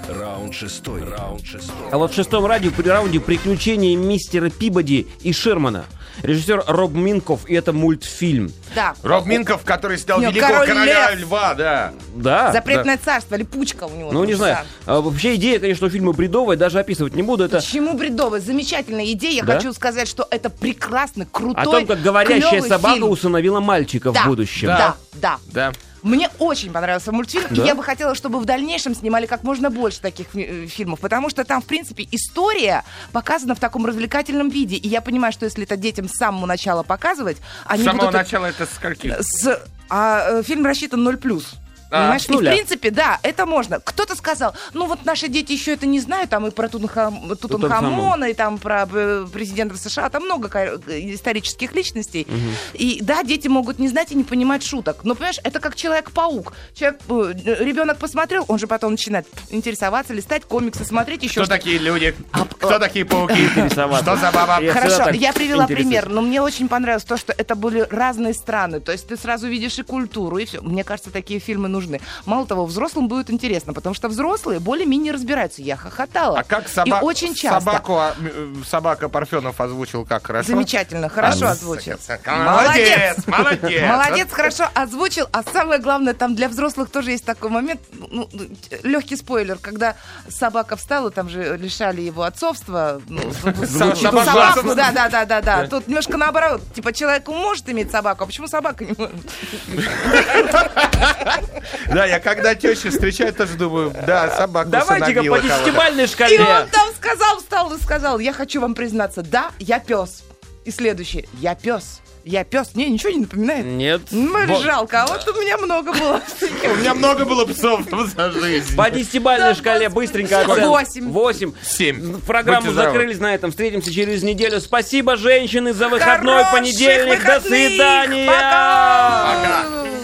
Speaker 1: Раунд шестой. Раунд шестой.
Speaker 2: А вот в шестом раунде, при раунде приключения мистера Пибоди и Шермана. Режиссер Роб Минков, и это мультфильм.
Speaker 4: Да.
Speaker 3: Роб Минков, который снял
Speaker 4: Нет,
Speaker 3: великого
Speaker 4: «Король
Speaker 3: короля
Speaker 4: лев».
Speaker 3: льва, да.
Speaker 2: Да.
Speaker 4: Запретное царство, липучка у него.
Speaker 2: Ну,
Speaker 4: там
Speaker 2: не знаю.
Speaker 4: вся.
Speaker 2: А, вообще идея, конечно, у фильма бредовая, даже описывать не буду. Это
Speaker 4: Почему бредовая? Замечательная идея. Я
Speaker 2: Да?
Speaker 4: хочу сказать, что это прекрасно, крутой,
Speaker 2: о том, как говорящая
Speaker 4: клёвый
Speaker 2: собака
Speaker 4: фильм.
Speaker 2: усыновила мальчика
Speaker 4: Да,
Speaker 2: в будущем.
Speaker 4: Да, да.
Speaker 3: Да.
Speaker 4: Мне очень понравился мультфильм,
Speaker 2: Да?
Speaker 4: и я бы хотела, чтобы в дальнейшем снимали как можно больше таких э, фильмов, потому что там, в принципе, история показана в таком развлекательном виде, и я понимаю, что если это детям с самого начала показывать,
Speaker 3: С
Speaker 4: они
Speaker 3: самого
Speaker 4: будут... это-
Speaker 3: начала это с каких?
Speaker 4: с- а, э, фильм рассчитан 0+. плюс.
Speaker 3: А,
Speaker 4: Понимаешь?
Speaker 2: с
Speaker 4: И в
Speaker 2: нуля.
Speaker 4: принципе, да, это можно. Кто-то сказал, ну вот наши дети еще это не знают, там и про Тутанхам- Тутанхамона, и там про э, президентов США, там много ка- исторических личностей. И да, дети могут не знать и не понимать шуток. Но понимаешь, это как Человек-паук. Человек, э, ребенок посмотрел, он же потом начинает интересоваться, листать комиксы, смотреть еще
Speaker 3: Кто
Speaker 4: что-то.
Speaker 3: такие люди?
Speaker 4: А
Speaker 3: Кто такие пауки?
Speaker 2: Интересоваться.
Speaker 3: Что за баба?
Speaker 2: Я всегда
Speaker 4: Хорошо,
Speaker 2: так
Speaker 4: я привела
Speaker 2: интересуюсь.
Speaker 4: пример, но мне очень понравилось то, что это были разные страны. То есть ты сразу видишь и культуру, и все. Мне кажется, такие фильмы нужны. Мало того, взрослым будет интересно, потому что взрослые более-менее разбираются. Я хохотала.
Speaker 3: А как
Speaker 4: собака?
Speaker 3: собак,
Speaker 4: И очень часто.
Speaker 3: собаку, а, м, э, собака Парфенов озвучил как хорошо?
Speaker 4: Замечательно, хорошо
Speaker 3: А,
Speaker 4: озвучил.
Speaker 3: с- Молодец, молодец.
Speaker 4: Молодец, хорошо озвучил. А самое главное, там для взрослых тоже есть такой момент, ну, легкий спойлер, когда собака встала, там же лишали его отцовства. ну,
Speaker 3: Звучит
Speaker 4: собаку,
Speaker 3: ужасно.
Speaker 4: Да, да, да, да, да. Тут немножко наоборот. Типа человек может иметь собаку, а почему собака не может?
Speaker 3: Да, я когда тещу встречаю, тоже думаю, да, собаку
Speaker 2: Давайте-ка
Speaker 3: усыновила
Speaker 2: по
Speaker 3: кого-то.
Speaker 2: десятибальной
Speaker 4: И он
Speaker 2: шкале.
Speaker 4: там сказал, встал и сказал, я хочу вам признаться, да, я пес. И следующее, я пес, я пес. Не, ничего не напоминает.
Speaker 2: Нет.
Speaker 4: Ну, это
Speaker 2: Вот.
Speaker 4: жалко, а вот у меня много было.
Speaker 3: У меня много было псов за жизнь.
Speaker 2: По десятибальной шкале быстренько оценка.
Speaker 4: Восемь.
Speaker 2: Восемь.
Speaker 3: Семь.
Speaker 2: Программу
Speaker 3: Будьте здоровы.
Speaker 2: закрылись на этом. Встретимся через неделю. Спасибо, женщины, за выходной
Speaker 4: Хороших
Speaker 2: понедельник. До
Speaker 4: выходных!
Speaker 2: свидания.
Speaker 4: Пока!
Speaker 3: Пока.